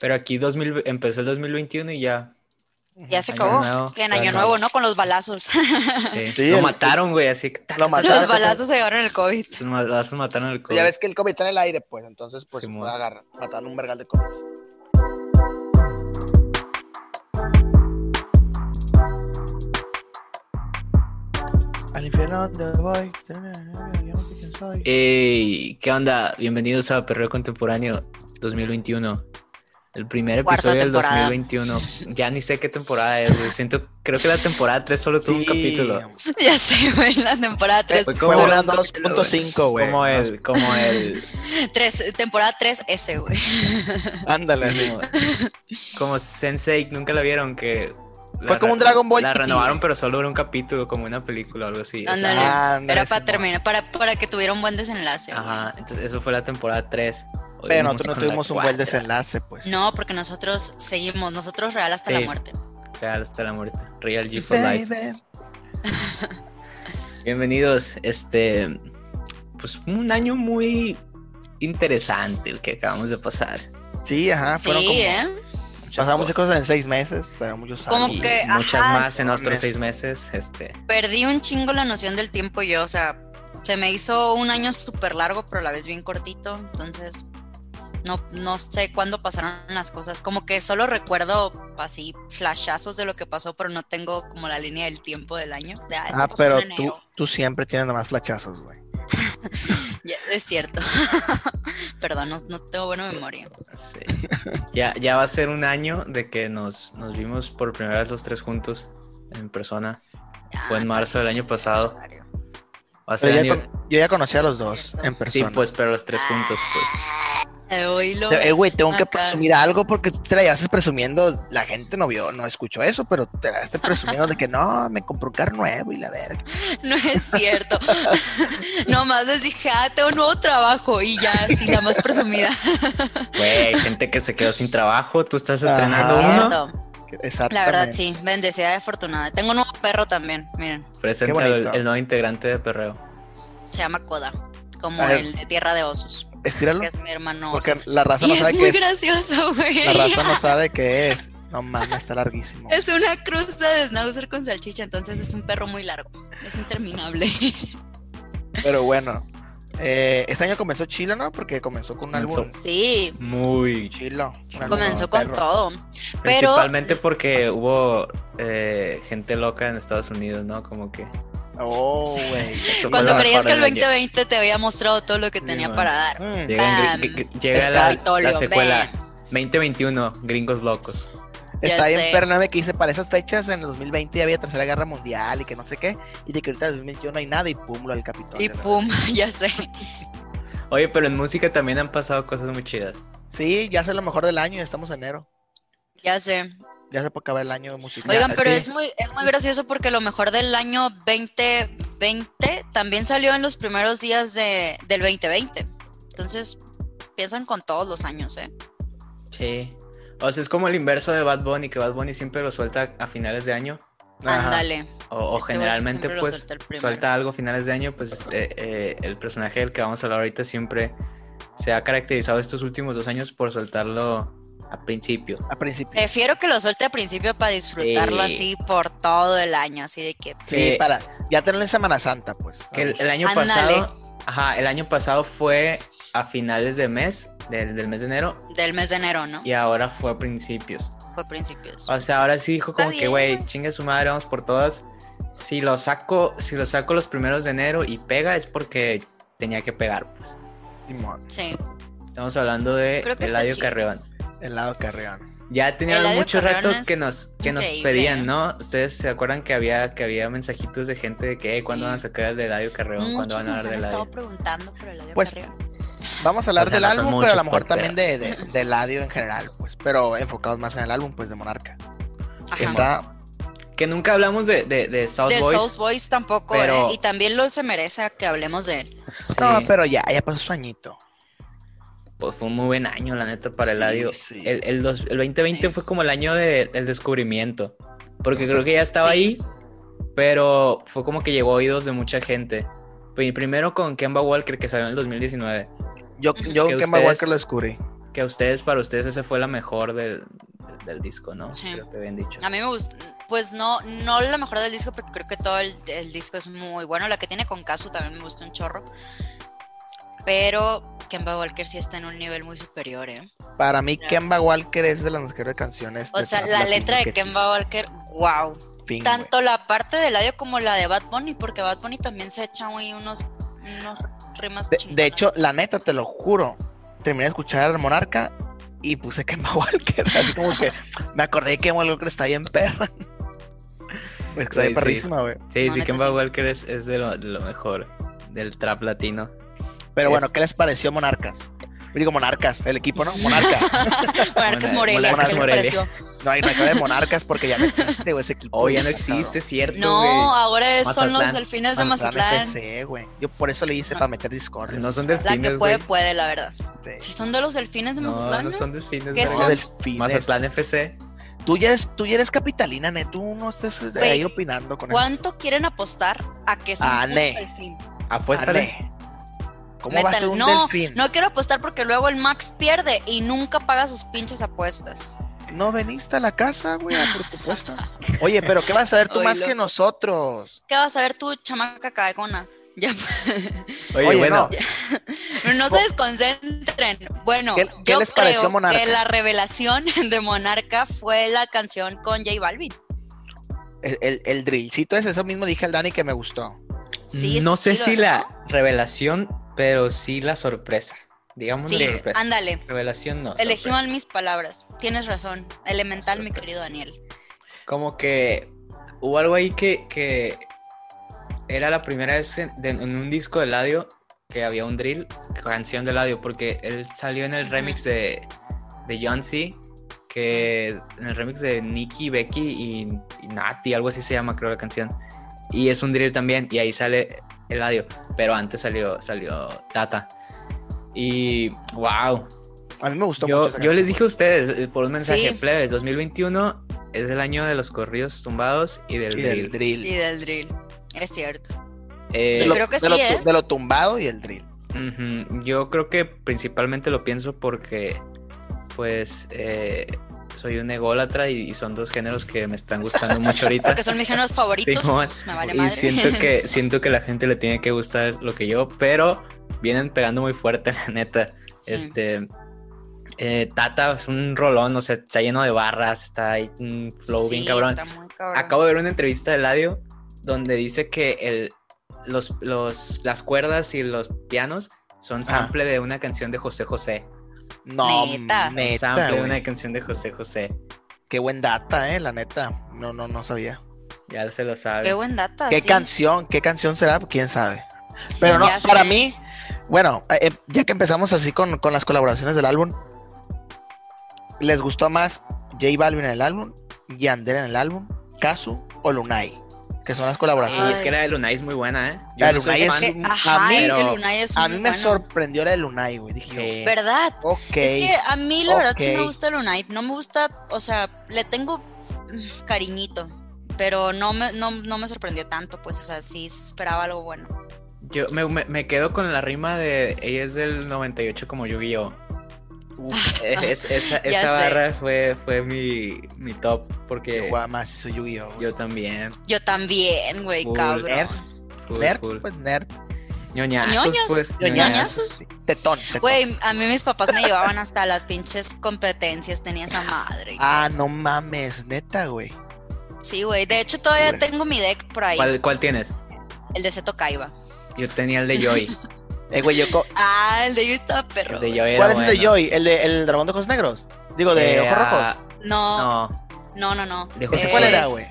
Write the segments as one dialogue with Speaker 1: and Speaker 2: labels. Speaker 1: Pero aquí 2000, empezó el 2021 y ya.
Speaker 2: Ya se
Speaker 1: Año
Speaker 2: acabó.
Speaker 1: nuevo,
Speaker 2: que en
Speaker 1: todo
Speaker 2: Año
Speaker 1: nuevo.
Speaker 2: Nuevo, ¿no? Con los balazos.
Speaker 1: Sí,
Speaker 3: Sí,
Speaker 1: lo
Speaker 3: el-
Speaker 1: mataron, güey, así que
Speaker 3: Lo mataron.
Speaker 2: los balazos se llevaron el COVID.
Speaker 1: los balazos mataron al COVID.
Speaker 3: Ya ves que el COVID está en el aire, pues, entonces, pues,
Speaker 1: Simón.
Speaker 3: puede agarrar, matar un vergal de cosas. Al infierno donde voy, yo no sé quién soy.
Speaker 1: Ey, ¿qué onda? Bienvenidos a Perreo Contemporáneo 2021. El primer
Speaker 2: Cuarta
Speaker 1: episodio del
Speaker 2: temporada.
Speaker 1: 2021. Ya ni sé qué temporada es, güey. Siento, creo que la temporada 3 solo tuvo un
Speaker 3: Sí.
Speaker 1: capítulo.
Speaker 2: Ya sé, güey, la temporada 3.
Speaker 1: Fue como
Speaker 3: Fue
Speaker 1: el-
Speaker 3: una 2.5, güey.
Speaker 1: Como el, como el,
Speaker 2: temporada 3S, güey.
Speaker 3: Ándale, así.
Speaker 1: como, como Sensei, nunca la vieron que
Speaker 3: Fue
Speaker 1: la
Speaker 3: como un
Speaker 1: re-
Speaker 3: Dragon Ball
Speaker 1: La
Speaker 3: GT,
Speaker 1: renovaron,
Speaker 3: güey.
Speaker 1: pero solo era un capítulo, como una película o algo así. o sea,
Speaker 2: Ándale.
Speaker 3: ándale,
Speaker 2: Era para
Speaker 3: Simón.
Speaker 2: terminar, para, para que tuviera un buen desenlace. güey.
Speaker 1: Ajá, entonces eso fue la temporada 3.
Speaker 3: Pero nosotros no tuvimos un buen desenlace, pues.
Speaker 2: No, porque nosotros seguimos, nosotros real hasta
Speaker 1: Sí.
Speaker 2: la muerte.
Speaker 1: Real hasta la muerte. Real G for Life.
Speaker 3: Baby.
Speaker 1: Bienvenidos. Este. Pues un año muy interesante el que acabamos de pasar.
Speaker 3: Sí, ajá,
Speaker 2: sí,
Speaker 3: fueron como...
Speaker 2: ¿eh?
Speaker 1: Muchas
Speaker 3: Pasaron muchas cosas en seis meses, fueron muchos
Speaker 2: Como
Speaker 1: y
Speaker 3: años. Ah,
Speaker 2: que,
Speaker 1: muchas
Speaker 2: ajá.
Speaker 1: más en nuestros
Speaker 3: Mes.
Speaker 1: seis meses. Este.
Speaker 2: Perdí un chingo la noción del tiempo yo, o sea, se me hizo un año súper largo, pero a la vez bien cortito, entonces no, no sé cuándo pasaron las cosas, como que solo recuerdo así flashazos de lo que pasó, pero no tengo como la línea del tiempo del año. De, ah, esto
Speaker 3: Ah,
Speaker 2: pasó en
Speaker 3: pero tú,
Speaker 2: enero.
Speaker 3: tú siempre tienes nada más flachazos, güey.
Speaker 2: Ya, es cierto. Perdón, no, no tengo buena memoria.
Speaker 1: sí. Ya, ya va a ser un año de que nos, nos vimos por primera vez los tres juntos en persona.
Speaker 2: Ya,
Speaker 1: Fue en marzo del
Speaker 2: casi
Speaker 1: año
Speaker 2: Ah, es mi
Speaker 1: pasado.
Speaker 2: aniversario.
Speaker 1: Va a
Speaker 3: Pero
Speaker 1: ser
Speaker 3: ya
Speaker 1: aniver-
Speaker 3: con- yo ya conocí a los dos
Speaker 2: Cierto.
Speaker 3: en
Speaker 1: Sí,
Speaker 3: persona.
Speaker 1: pues, pero los tres juntos, pues.
Speaker 2: Eh, oílo.
Speaker 3: Eh, güey, tengo que
Speaker 2: Acá.
Speaker 3: presumir algo porque tú te la llevaste presumiendo. La gente no vio, no escuchó eso, pero te la llevaste presumiendo de que no, me compré un carro nuevo y la verga.
Speaker 2: No es cierto. Nomás les dije, ah, tengo un nuevo trabajo y ya, así la más presumida.
Speaker 1: Güey, gente que se quedó sin trabajo, tú estás
Speaker 3: Ajá.
Speaker 1: estrenando
Speaker 3: Es
Speaker 1: uno.
Speaker 2: Cierto.
Speaker 3: Exactamente.
Speaker 2: La verdad, sí, bendecida y afortunada. Tengo un nuevo perro también, miren,
Speaker 1: Presenta el,
Speaker 3: bonito.
Speaker 1: el nuevo integrante de Perreo.
Speaker 2: se llama Koda, como
Speaker 3: A ver.
Speaker 2: el de Tierra de Osos,
Speaker 3: Estíralo.
Speaker 2: que es mi hermano.
Speaker 3: Porque
Speaker 2: oso.
Speaker 3: la raza
Speaker 2: Y
Speaker 3: no
Speaker 2: es
Speaker 3: sabe qué
Speaker 2: muy
Speaker 3: es.
Speaker 2: gracioso, güey.
Speaker 3: La raza no sabe qué es. No mames, está larguísimo.
Speaker 2: Es una cruza de schnauzer con salchicha, entonces es un perro muy largo, es interminable.
Speaker 3: Pero bueno, eh, este año comenzó chilo, ¿no? Porque comenzó con un
Speaker 1: Comenzó.
Speaker 3: álbum
Speaker 2: Sí,
Speaker 1: Muy.
Speaker 3: chilo. un
Speaker 1: Ah,
Speaker 3: álbum
Speaker 2: comenzó
Speaker 3: perro.
Speaker 2: con todo. Pero-
Speaker 1: Principalmente porque hubo eh, gente loca en Estados Unidos, ¿no? Como que.
Speaker 3: Oh,
Speaker 2: Sí.
Speaker 3: güey.
Speaker 1: eso fue
Speaker 2: Cuando
Speaker 1: lo
Speaker 2: creías
Speaker 1: mejor
Speaker 2: que el
Speaker 1: del año.
Speaker 2: 2020 te había mostrado todo lo que
Speaker 1: Sí,
Speaker 2: tenía
Speaker 1: man.
Speaker 2: para dar.
Speaker 3: Mm.
Speaker 1: Llega,
Speaker 2: Bam.
Speaker 1: en gri- que- que- llega
Speaker 3: El
Speaker 1: la,
Speaker 2: Capitolio,
Speaker 1: la secuela 2021, Gringos Locos.
Speaker 2: Ya
Speaker 3: Está bien
Speaker 2: sé.
Speaker 3: pername que hice para esas fechas en el 2020 había tercera guerra mundial y que no sé qué, y de que ahorita en el 2021 no hay nada y pum, lo del Capitolio.
Speaker 2: Y
Speaker 3: ¿no?
Speaker 2: pum, ya sé.
Speaker 1: Oye, pero en música también han pasado cosas muy chidas.
Speaker 3: Sí, ya sé lo mejor del año, ya estamos en enero.
Speaker 2: Ya sé.
Speaker 3: Ya se puede acabar el año musical.
Speaker 2: Oigan,
Speaker 1: Ya,
Speaker 2: pero
Speaker 1: sí.
Speaker 2: es muy es muy gracioso porque lo mejor del año 2020 también salió en los primeros días de, del 2020. Entonces, piensan con todos los años, ¿eh?
Speaker 1: Sí. O sea, es como el inverso de Bad Bunny, que Bad Bunny siempre lo suelta a finales de año.
Speaker 3: Ajá.
Speaker 2: Ándale.
Speaker 1: O, o
Speaker 2: Este güey
Speaker 1: generalmente,
Speaker 2: siempre lo
Speaker 1: pues,
Speaker 2: suelta el primero.
Speaker 1: suelta algo a finales de año. Pues eh, eh, el personaje del que vamos a hablar ahorita siempre se ha caracterizado estos últimos dos años por soltarlo a principio.
Speaker 3: A principio.
Speaker 2: Prefiero que lo suelte al principio para disfrutarlo
Speaker 1: Sí.
Speaker 2: así por todo el año, así de que
Speaker 3: Sí,
Speaker 1: que-
Speaker 3: para ya tener la Semana Santa, pues.
Speaker 1: Que el, el año
Speaker 2: Ándale.
Speaker 1: pasado. Ajá, el año pasado fue a finales de mes, del- del mes de enero,
Speaker 2: del mes de enero, ¿no?
Speaker 1: y ahora fue a principios.
Speaker 2: Fue principios.
Speaker 1: O sea, ahora sí dijo
Speaker 2: Está
Speaker 1: como que,
Speaker 2: bien,
Speaker 1: güey,
Speaker 2: güey.
Speaker 1: chinga su madre, vamos por todas. Si lo saco, si lo saco los primeros de enero y pega es porque tenía que pegar, pues.
Speaker 3: Simón,
Speaker 2: Sí.
Speaker 1: Estamos hablando de
Speaker 2: Creo que está
Speaker 1: Eladio
Speaker 2: chido.
Speaker 1: Carreón.
Speaker 3: el lado Carrión.
Speaker 1: Ya teníamos
Speaker 2: Eladio
Speaker 1: mucho
Speaker 2: Carreón
Speaker 1: rato
Speaker 2: es
Speaker 1: que nos que nos
Speaker 2: increíble, ¿eh?
Speaker 1: pedían, ¿no? Ustedes se acuerdan que había que había mensajitos de gente de que, eh, ¿cuándo
Speaker 2: Sí.
Speaker 1: van a sacar el de Eladio Carreón? ¿Cuándo
Speaker 2: Muchos
Speaker 1: van a
Speaker 2: nos
Speaker 1: hablar
Speaker 2: han
Speaker 1: de
Speaker 2: estado
Speaker 1: Eladio?
Speaker 2: preguntando por el
Speaker 3: Pues,
Speaker 2: Carrión.
Speaker 3: Vamos a hablar
Speaker 1: O sea,
Speaker 3: del
Speaker 1: no son
Speaker 3: álbum, pero a lo
Speaker 1: muchos,
Speaker 3: mejor
Speaker 1: pues,
Speaker 3: también de, de, del audio en general, pues. Pero enfocados más en el álbum, pues, de Monarca. Que
Speaker 2: Ajá.
Speaker 3: está.
Speaker 1: Que nunca hablamos de, de, de South
Speaker 2: De
Speaker 1: Boys.
Speaker 2: Souls Boys tampoco,
Speaker 1: pero-
Speaker 2: ¿eh? Y también lo se merece que hablemos de él.
Speaker 3: No,
Speaker 1: Sí.
Speaker 3: pero ya, ya pasó su añito.
Speaker 1: Pues fue un muy buen año, la neta, para
Speaker 3: Sí,
Speaker 1: Eladio.
Speaker 3: sí.
Speaker 1: El, el, dos- el 2020
Speaker 2: Sí.
Speaker 1: fue como el año de- del descubrimiento. Porque creo que ya estaba ahí, pero fue como que llegó a oídos de mucha gente. Pri- Primero con Kemba Walker, que salió en el 2019.
Speaker 3: Yo, yo
Speaker 1: Que
Speaker 3: Kemba
Speaker 1: ustedes-
Speaker 3: Walker lo descubrí.
Speaker 1: que que a ustedes, para ustedes, esa fue la mejor del, del disco, ¿no?
Speaker 2: Sí.
Speaker 1: Creo que habían dicho.
Speaker 2: A mí me gusta, pues no, no la mejor del disco, porque creo que todo el, el disco es muy bueno. La que tiene con Casu también me gusta un chorro. Pero Kemba Walker sí está en un nivel muy superior, ¿eh?
Speaker 3: Para mí,
Speaker 2: Claro.
Speaker 3: Kemba Walker es de las mejores canciones.
Speaker 2: O
Speaker 3: de
Speaker 2: sea,
Speaker 3: trap
Speaker 2: la
Speaker 3: latino
Speaker 2: letra de
Speaker 3: que
Speaker 2: Kemba Walker, wow.
Speaker 3: existen, güey.
Speaker 2: Tanto la parte del audio como la de Bad Bunny, porque Bad Bunny también se echa muy unos, unos rimas
Speaker 3: De, de
Speaker 2: chingonas.
Speaker 3: hecho, la neta, te lo juro, terminé de escuchar al Monarca y puse Kemba Walker. Así como que me acordé que Kemba Walker está bien perra. Pues que está
Speaker 1: Güey,
Speaker 3: bien
Speaker 1: sí.
Speaker 3: perrísima, güey.
Speaker 1: Sí,
Speaker 2: No,
Speaker 1: sí,
Speaker 2: neta,
Speaker 1: Kemba
Speaker 2: sí.
Speaker 1: Walker es, es de, lo, de lo mejor del trap latino.
Speaker 3: Pero bueno,
Speaker 1: Es-
Speaker 3: ¿qué les pareció Monarcas? Digo Monarcas, el equipo, ¿no? Monarcas.
Speaker 1: Mona-
Speaker 2: Monarcas Morelia,
Speaker 3: Monarcas
Speaker 2: ¿qué les
Speaker 1: Morelia.
Speaker 2: pareció?
Speaker 3: No hay nada de Monarcas porque ya no existe, güey, ese equipo.
Speaker 1: Oh, ya no
Speaker 3: pasado.
Speaker 1: existe, cierto.
Speaker 2: No,
Speaker 1: güey.
Speaker 2: ahora es- son los
Speaker 1: Mazatlán.
Speaker 2: delfines de
Speaker 3: Mazatlán
Speaker 2: Mazatlán. Ah.
Speaker 3: FC, güey. Yo por eso le hice para meter Este, Discord.
Speaker 1: No son
Speaker 2: La que
Speaker 1: delfines,
Speaker 2: puede, pues,
Speaker 1: güey.
Speaker 2: puede, la verdad. Si son de los delfines de
Speaker 1: No,
Speaker 2: Mazatlán,
Speaker 1: no
Speaker 2: ¿no?
Speaker 1: son delfines.
Speaker 2: ¿Qué
Speaker 1: verga.
Speaker 2: son?
Speaker 1: Mazatlán FC.
Speaker 3: Tú ya eres, tú ya eres capitalina, ne. Tú no estás
Speaker 2: Güey,
Speaker 3: ahí opinando con él.
Speaker 2: ¿Cuánto quieren apostar a que es un
Speaker 3: Ah,
Speaker 2: puto
Speaker 3: ne.
Speaker 2: delfín?
Speaker 1: Apuéstale.
Speaker 3: Ale, ¿Cómo va a
Speaker 2: Métanle.
Speaker 3: ser un
Speaker 2: no,
Speaker 3: delfín?
Speaker 2: no quiero apostar porque luego el Max pierde y nunca paga sus pinches apuestas.
Speaker 3: No veniste a la casa, güey, a por tu puesta. Oye, pero ¿qué vas a saber tú
Speaker 2: Oílo.
Speaker 3: más que nosotros?
Speaker 2: ¿Qué vas a ver tú, chamaca cagona? Ya,
Speaker 1: Oye,
Speaker 3: Oye,
Speaker 1: bueno,
Speaker 2: no se desconcentren. Bueno,
Speaker 3: Oh. ¿Qué- qué
Speaker 2: yo
Speaker 3: les pareció
Speaker 2: creo
Speaker 3: Monarca?
Speaker 2: que la revelación de Monarca fue la canción con J Balvin.
Speaker 3: El, el, el drillcito es eso mismo, dije al Dani que me gustó.
Speaker 2: Sí,
Speaker 1: no
Speaker 2: sí
Speaker 1: sé
Speaker 2: lo
Speaker 1: si
Speaker 2: dejó.
Speaker 1: la revelación, pero sí la sorpresa. Digamos
Speaker 2: Sí,
Speaker 1: la sorpresa.
Speaker 2: ándale.
Speaker 1: Revelación no.
Speaker 2: Elegí
Speaker 1: sorpresa.
Speaker 2: mal mis palabras. Tienes razón. Elemental, mi
Speaker 1: Sorpresa.
Speaker 2: querido Daniel.
Speaker 1: Como que hubo algo ahí que, que era la primera vez en, de- en un disco de Ladio que había un drill, canción de Ladio, porque él salió en el
Speaker 2: Ujú.
Speaker 1: remix de, de John C. Que en el remix de Nicky, Becky y, y Nati, algo así se llama, creo la canción. Y es un drill también, y ahí sale Eladio, pero antes salió, salió Tata. Y wow,
Speaker 3: A mí me gustó mucho.
Speaker 1: yo,
Speaker 3: esa
Speaker 1: yo les
Speaker 3: canción.
Speaker 1: dije a ustedes eh, por un mensaje,
Speaker 2: Sí.
Speaker 1: plebes, 2021 es el año de los corridos tumbados y del
Speaker 3: Y
Speaker 1: drill.
Speaker 3: del drill.
Speaker 2: Y del drill. Es cierto.
Speaker 1: Eh,
Speaker 3: De
Speaker 2: Yo
Speaker 3: lo-
Speaker 2: creo que
Speaker 3: de
Speaker 2: sí,
Speaker 3: lo,
Speaker 2: ¿eh?
Speaker 3: tu- de lo tumbado y el drill.
Speaker 1: ujú, Yo creo que principalmente lo pienso porque, pues, eh, soy un ególatra y, y son dos géneros que me están gustando mucho ahorita.
Speaker 2: Porque son mis géneros favoritos.
Speaker 1: Simón.
Speaker 2: pues, me vale
Speaker 1: y
Speaker 2: madre.
Speaker 1: siento que, siento que la gente le tiene que gustar lo que yo, pero vienen pegando muy fuerte, la neta.
Speaker 2: Sí.
Speaker 1: Este. eh, Tata es un rolón, o sea, está lleno de barras, está ahí un flow bien
Speaker 2: Sí,
Speaker 1: cabrón.
Speaker 2: está muy cabrón.
Speaker 1: Acabo de ver una entrevista de Ladio donde dice que el, los, los, las cuerdas y los pianos son
Speaker 3: Ajá.
Speaker 1: sample de una canción de José José.
Speaker 3: No,
Speaker 2: Neta.
Speaker 3: neta.
Speaker 1: sample de
Speaker 3: güey.
Speaker 1: una canción de José José.
Speaker 3: Qué buen data, eh, la neta. No, no, no sabía.
Speaker 1: Ya se lo sabe.
Speaker 2: Qué buen data.
Speaker 3: ¿Qué
Speaker 2: sí.
Speaker 3: canción? ¿Qué canción será? Quién sabe. Pero no,
Speaker 2: Ya
Speaker 3: para
Speaker 2: sé.
Speaker 3: mí, bueno, eh, eh, ya que empezamos así con, con las colaboraciones del álbum, ¿les gustó más J Balvin en el álbum, Yandel en el álbum, Kazu o Lunay? Que son las
Speaker 1: Sí,
Speaker 3: colaboraciones.
Speaker 1: es que la de Lunay es muy buena, ¿eh?
Speaker 3: La de
Speaker 1: no soy
Speaker 3: Lunay es
Speaker 1: fan,
Speaker 2: Que- ah,
Speaker 3: Mm,
Speaker 2: ajá,
Speaker 3: a mí-
Speaker 2: es que
Speaker 1: pero-
Speaker 2: Lunay Ah, es
Speaker 3: A
Speaker 2: muy
Speaker 3: mí me
Speaker 2: bueno.
Speaker 3: sorprendió la de Lunay, güey. Dije yo,
Speaker 1: eh,
Speaker 2: ¿Verdad?
Speaker 3: ok.
Speaker 2: Es que a mí la verdad sí me
Speaker 3: ok.
Speaker 2: gusta Lunay. No me gusta, o sea, le tengo mm, cariñito. Pero no me, no, no me sorprendió tanto, pues, o sea, sí se esperaba algo bueno.
Speaker 1: Yo me, me- me quedo con la rima de ella es del 98 como Yu-Gi-Oh. Uf, es- esa
Speaker 2: Ya
Speaker 1: esa
Speaker 2: sé.
Speaker 1: barra fue, fue mi, mi top porque
Speaker 3: Qué guama, sí soy Yu-Gi-Oh, güey.
Speaker 1: yo también.
Speaker 2: Yo también, güey,
Speaker 1: Full.
Speaker 2: cabrón.
Speaker 3: Nerd.
Speaker 1: full,
Speaker 3: Nerd,
Speaker 1: full.
Speaker 3: pues nerd.
Speaker 1: Ñoñazos,
Speaker 2: Ñoños,
Speaker 1: pues.
Speaker 2: ñoñazos.
Speaker 3: sí. Tetón, tetón.
Speaker 2: Güey, a mí mis papás me llevaban hasta las pinches competencias, tenía esa madre.
Speaker 3: Ah, no mames, neta, güey.
Speaker 2: Sí, güey. De hecho, todavía
Speaker 3: Pobre.
Speaker 2: tengo mi deck por ahí.
Speaker 1: ¿Cuál, cuál tienes?
Speaker 2: El de Seto Kaiba.
Speaker 1: Yo tenía el de Joy.
Speaker 3: Eh, güey, yo co-
Speaker 2: Ah, el de yo estaba perro.
Speaker 1: El de Joy era
Speaker 3: ¿Cuál es el de
Speaker 1: bueno.
Speaker 3: Joy? ¿El de el dragón de ojos negros? Digo, de
Speaker 1: Eh,
Speaker 3: ojos
Speaker 1: ah,
Speaker 3: rojos.
Speaker 2: No,
Speaker 1: No,
Speaker 2: no, no, no.
Speaker 1: De
Speaker 3: ¿Ese
Speaker 1: José
Speaker 3: cuál era,
Speaker 2: Eh, Es-
Speaker 3: güey?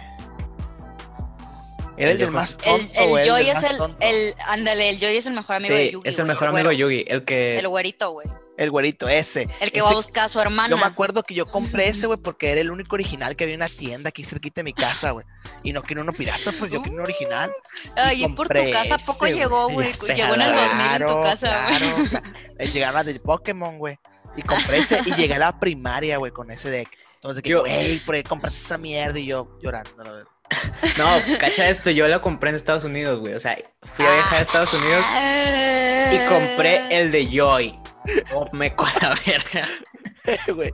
Speaker 1: El
Speaker 3: Era el
Speaker 1: de
Speaker 3: del más
Speaker 2: El,
Speaker 3: tonto,
Speaker 2: el
Speaker 3: güey,
Speaker 2: Joy
Speaker 3: del
Speaker 2: es
Speaker 3: más
Speaker 2: el,
Speaker 3: tonto.
Speaker 2: el, ándale, el Joy es el mejor amigo de
Speaker 1: sí,
Speaker 2: Yugi.
Speaker 1: es el
Speaker 2: güey,
Speaker 1: mejor amigo
Speaker 2: güero,
Speaker 1: de Yugi, el que...
Speaker 2: El güerito, güey.
Speaker 3: El güerito, ese.
Speaker 2: El que
Speaker 3: Ese-
Speaker 2: va a buscar a su hermana.
Speaker 3: Yo me acuerdo que yo compré ese, güey, porque era el único original que había en una tienda aquí cerquita de mi casa, güey. Y no quiero uno pirata, pues yo quiero uno original.
Speaker 2: Uh, Ay, y por tu
Speaker 3: compré
Speaker 2: casa ¿a poco
Speaker 3: ese,
Speaker 2: llegó,
Speaker 1: güey.
Speaker 2: güey.
Speaker 1: Ya sé,
Speaker 2: Llegó en el 2000 en tu casa, güey.
Speaker 3: claro. Eh, Llegaron las del Pokémon, güey. Y compré ese y llegué a la primaria, güey, con ese deck. Entonces, de que,
Speaker 1: Yo-
Speaker 3: güey, ¿por qué compraste esa mierda? Y yo llorando, la verdad.
Speaker 1: No, cacha esto, yo lo compré en Estados Unidos, güey. O sea, fui a
Speaker 2: Ah.
Speaker 1: viajar a Estados Unidos y compré el de Joy. Oh, me con la verga.
Speaker 3: güey.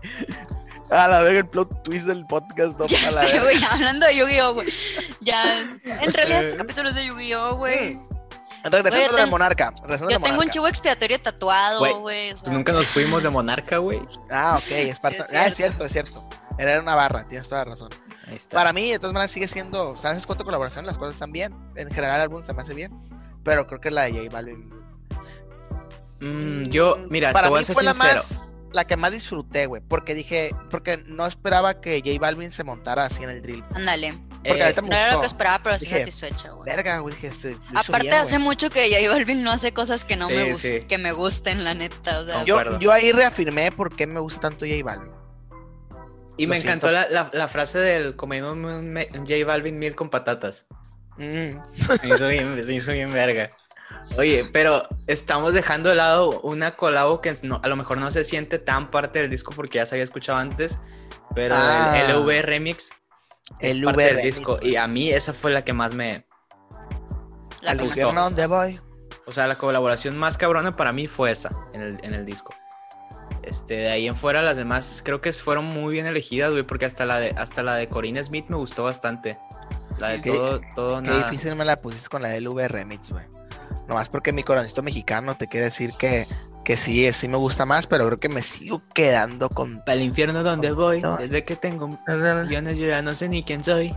Speaker 3: A la verga el plot twist del podcast. No,
Speaker 2: Ya
Speaker 3: a la
Speaker 2: sé,
Speaker 3: verga.
Speaker 2: güey, hablando de Yu-Gi-Oh, güey. Ya, en realidad este capítulo es de Yu-Gi-Oh, güey. Güey,
Speaker 3: Regresando
Speaker 2: yo
Speaker 3: a la
Speaker 2: ten-
Speaker 3: monarca. Regresando a la
Speaker 2: Yo tengo un
Speaker 3: monarca.
Speaker 2: chivo expiatorio tatuado,
Speaker 1: Güey,
Speaker 2: güey. o sea,
Speaker 1: Pues Nunca nos fuimos de monarca, güey.
Speaker 3: Ah, ok, es parte-
Speaker 2: es
Speaker 3: ah, es cierto, es cierto. Era una barra, tienes toda la razón.
Speaker 1: Ahí está.
Speaker 3: Para mí, de todas maneras, sigue siendo. ¿Sabes cuánto colaboración? Las cosas están bien. En general, el álbum se me hace bien. Pero creo que la de J Balvin.
Speaker 1: Mm, yo, mira,
Speaker 3: para
Speaker 1: te voy
Speaker 3: mí
Speaker 1: a ser
Speaker 3: fue la
Speaker 1: sincero.
Speaker 3: más. La que más disfruté, güey. Porque dije. Porque no esperaba que J Balvin se montara así en el drill.
Speaker 2: Ándale.
Speaker 3: Porque
Speaker 1: Eh,
Speaker 3: ahorita me
Speaker 2: No era lo que
Speaker 3: gustó.
Speaker 2: esperaba, pero sí
Speaker 3: Dije,
Speaker 2: satisfecha, güey.
Speaker 3: Verga, güey. Dije, este. lo hizo
Speaker 2: Aparte
Speaker 3: bien,
Speaker 2: hace
Speaker 3: güey.
Speaker 2: mucho que J Balvin no hace cosas que no me
Speaker 1: Sí,
Speaker 2: gust-
Speaker 1: sí.
Speaker 2: que me gusten, la neta. O sea,
Speaker 1: No,
Speaker 3: Yo,
Speaker 1: acuerdo.
Speaker 3: yo ahí reafirmé por qué me gusta tanto J Balvin.
Speaker 1: y me
Speaker 3: lo
Speaker 1: encantó la, la- la frase del comemos un me- un J Balvin mil con patatas.
Speaker 3: Mm,
Speaker 1: Se hizo bien, se hizo bien verga. Oye, pero estamos dejando de lado una colabo que no- a lo mejor no se siente tan parte del disco porque ya se había escuchado antes, pero
Speaker 3: Ah.
Speaker 1: el LV Remix es
Speaker 3: El
Speaker 1: parte
Speaker 3: LV
Speaker 1: del
Speaker 3: Remix,
Speaker 1: disco
Speaker 3: güey.
Speaker 1: y a mí esa fue la que más me...
Speaker 2: la
Speaker 1: que más
Speaker 3: al
Speaker 2: conocí.
Speaker 1: te
Speaker 3: infierno
Speaker 1: gusta.
Speaker 3: donde voy.
Speaker 1: O sea, la colaboración más cabrona para mí fue esa en el, en el disco. Este, de ahí en fuera las demás creo que fueron muy bien elegidas, güey, porque hasta la de, hasta la de Corina Smith me gustó bastante. La de
Speaker 3: Sí.
Speaker 1: todo, todo,
Speaker 3: Qué
Speaker 1: nada.
Speaker 3: difícil me la pusiste con la del V Remix, güey. Nomás porque mi corazoncito mexicano te quiere decir que, que sí, sí me gusta más, pero creo que me sigo quedando con.
Speaker 1: Para el infierno donde voy,
Speaker 3: No.
Speaker 1: desde que tengo
Speaker 3: Pero
Speaker 1: Yo no, yo ya no sé ni quién soy.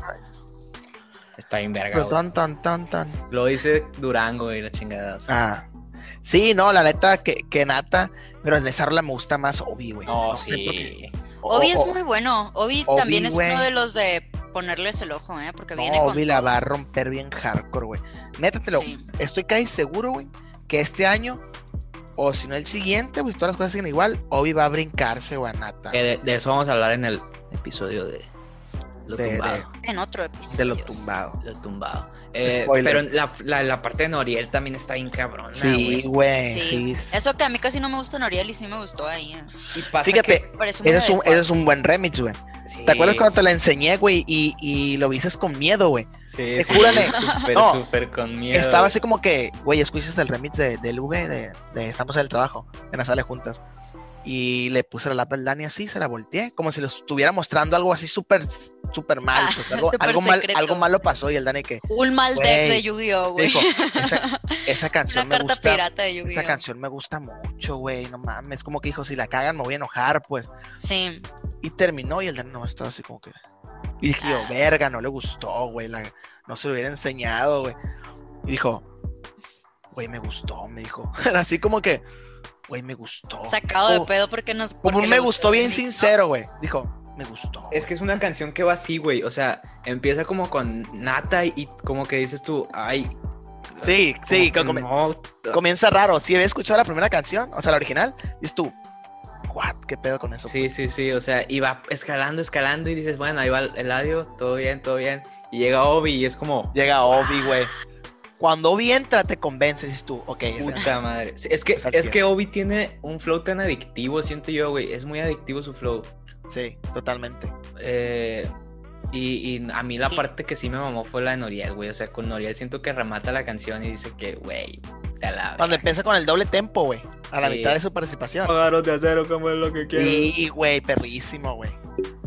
Speaker 1: Está bien verga. güey.
Speaker 3: tan, tan, tan, tan.
Speaker 1: Lo dice Durango y la chingada. o sea.
Speaker 3: Ah. Sí, no, la neta, que, que nata, pero en esa rola me gusta más Obi, güey.
Speaker 1: no,
Speaker 3: sé por qué.
Speaker 1: sí.
Speaker 3: O-
Speaker 2: Obi es
Speaker 3: o-
Speaker 2: muy bueno. Obi,
Speaker 3: Obi,
Speaker 2: también es
Speaker 3: güey.
Speaker 2: uno de los de ponerles el ojo, ¿eh? Porque viene
Speaker 3: no,
Speaker 2: con.
Speaker 3: Obi la va a romper bien hardcore, güey. Métatelo.
Speaker 2: Sí.
Speaker 3: Estoy casi seguro, güey, que este año, o si no el siguiente, pues todas las cosas siguen igual, Obi va a brincarse, güey, a nata.
Speaker 1: Que Eh, de, de eso vamos a hablar en el episodio de Lo
Speaker 3: De- de-
Speaker 1: Tumbado.
Speaker 2: En otro
Speaker 3: de
Speaker 2: episodio.
Speaker 3: lo tumbado.
Speaker 1: Lo Tumbado. Eh,
Speaker 3: Spoiler.
Speaker 1: pero la, la, la parte de Noriel también está bien cabrona. güey.
Speaker 3: Sí, güey.
Speaker 2: Sí.
Speaker 3: Sí.
Speaker 2: Eso que a mí casi no me gusta Noriel y sí me gustó ahí. ¿eh?
Speaker 1: Y pasa
Speaker 3: Fíjate,
Speaker 1: que-
Speaker 2: Parece muy
Speaker 3: Ese es, un,
Speaker 2: adecuado.
Speaker 3: ese es un buen remix, güey.
Speaker 1: sí,
Speaker 3: ¿Te acuerdas cuando te la enseñé, güey? Y, y lo viste con miedo, güey.
Speaker 1: Sí,
Speaker 3: Te
Speaker 1: sí,
Speaker 3: júrale.
Speaker 1: Súper,
Speaker 3: No.
Speaker 1: súper con miedo.
Speaker 3: Estaba así como que, güey, escuchas el remix de, del V de, de Estamos en el Trabajo, en la sala de juntas. Y le puse la lap al Dani así, se la volteé, como si lo estuviera mostrando algo así súper, súper mal.
Speaker 2: Ah,
Speaker 3: pues, algo,
Speaker 2: súper
Speaker 3: algo mal,
Speaker 2: secreto.
Speaker 3: algo malo pasó y el Dani que
Speaker 2: Un mal deck
Speaker 3: Güey.
Speaker 2: de Yu-Gi-Oh,
Speaker 3: le
Speaker 2: güey.
Speaker 3: dijo, esa, esa
Speaker 2: Una
Speaker 3: canción me
Speaker 2: carta
Speaker 3: gusta.
Speaker 2: pirata de Yu-Gi-Oh.
Speaker 3: Esa canción me gusta mucho, güey, no mames. Como que dijo, si la cagan me voy a enojar, pues.
Speaker 2: Sí.
Speaker 3: Y terminó y el Dani nomás estaba así como que. Y dije yo,
Speaker 2: Ah.
Speaker 3: verga, no le gustó, güey. la- No se lo hubiera enseñado, güey. Y dijo, güey, me gustó, me dijo. Era así como que, güey, me gustó.
Speaker 2: Sacado de
Speaker 3: Como-
Speaker 2: pedo porque nos.
Speaker 3: Oh. Como
Speaker 2: porque
Speaker 3: un
Speaker 2: le
Speaker 3: me gustó
Speaker 2: el
Speaker 3: bien
Speaker 2: remix, ¿no?
Speaker 3: sincero, güey. Dijo, me gustó.
Speaker 1: Es que es una canción que va así, güey. O sea, empieza como con nata y como que dices tú, ay.
Speaker 3: Sí, sí,
Speaker 1: como
Speaker 3: com-
Speaker 1: que no,
Speaker 3: comienza raro. Si había escuchado la primera canción, o sea, la original, dices tú, what, qué pedo con eso.
Speaker 1: Sí, sí, sí, o sea, y va escalando, escalando y dices, bueno, ahí va el adiós, todo bien, todo bien. Y llega Obi y es como,
Speaker 3: Llega Obi, güey. Cuando Obi entra, te convences, dices tú, ok, es el-
Speaker 1: puta madre. Es que,
Speaker 3: O sea,
Speaker 1: es
Speaker 3: sí.
Speaker 1: que Obi tiene un flow tan adictivo, siento yo, güey, es muy adictivo su flow.
Speaker 3: sí, totalmente.
Speaker 1: Eh, y, y a mí la
Speaker 2: Sí.
Speaker 1: parte que sí me mamó fue la de Noriel, güey, o sea, con Noriel siento que remata la canción y dice que, güey, te la...
Speaker 3: Cuando empieza con el doble tempo, güey. A la
Speaker 1: Sí.
Speaker 3: mitad de su participación.
Speaker 1: Pagaros de acero como es lo que
Speaker 3: Sí, güey, perrísimo, güey.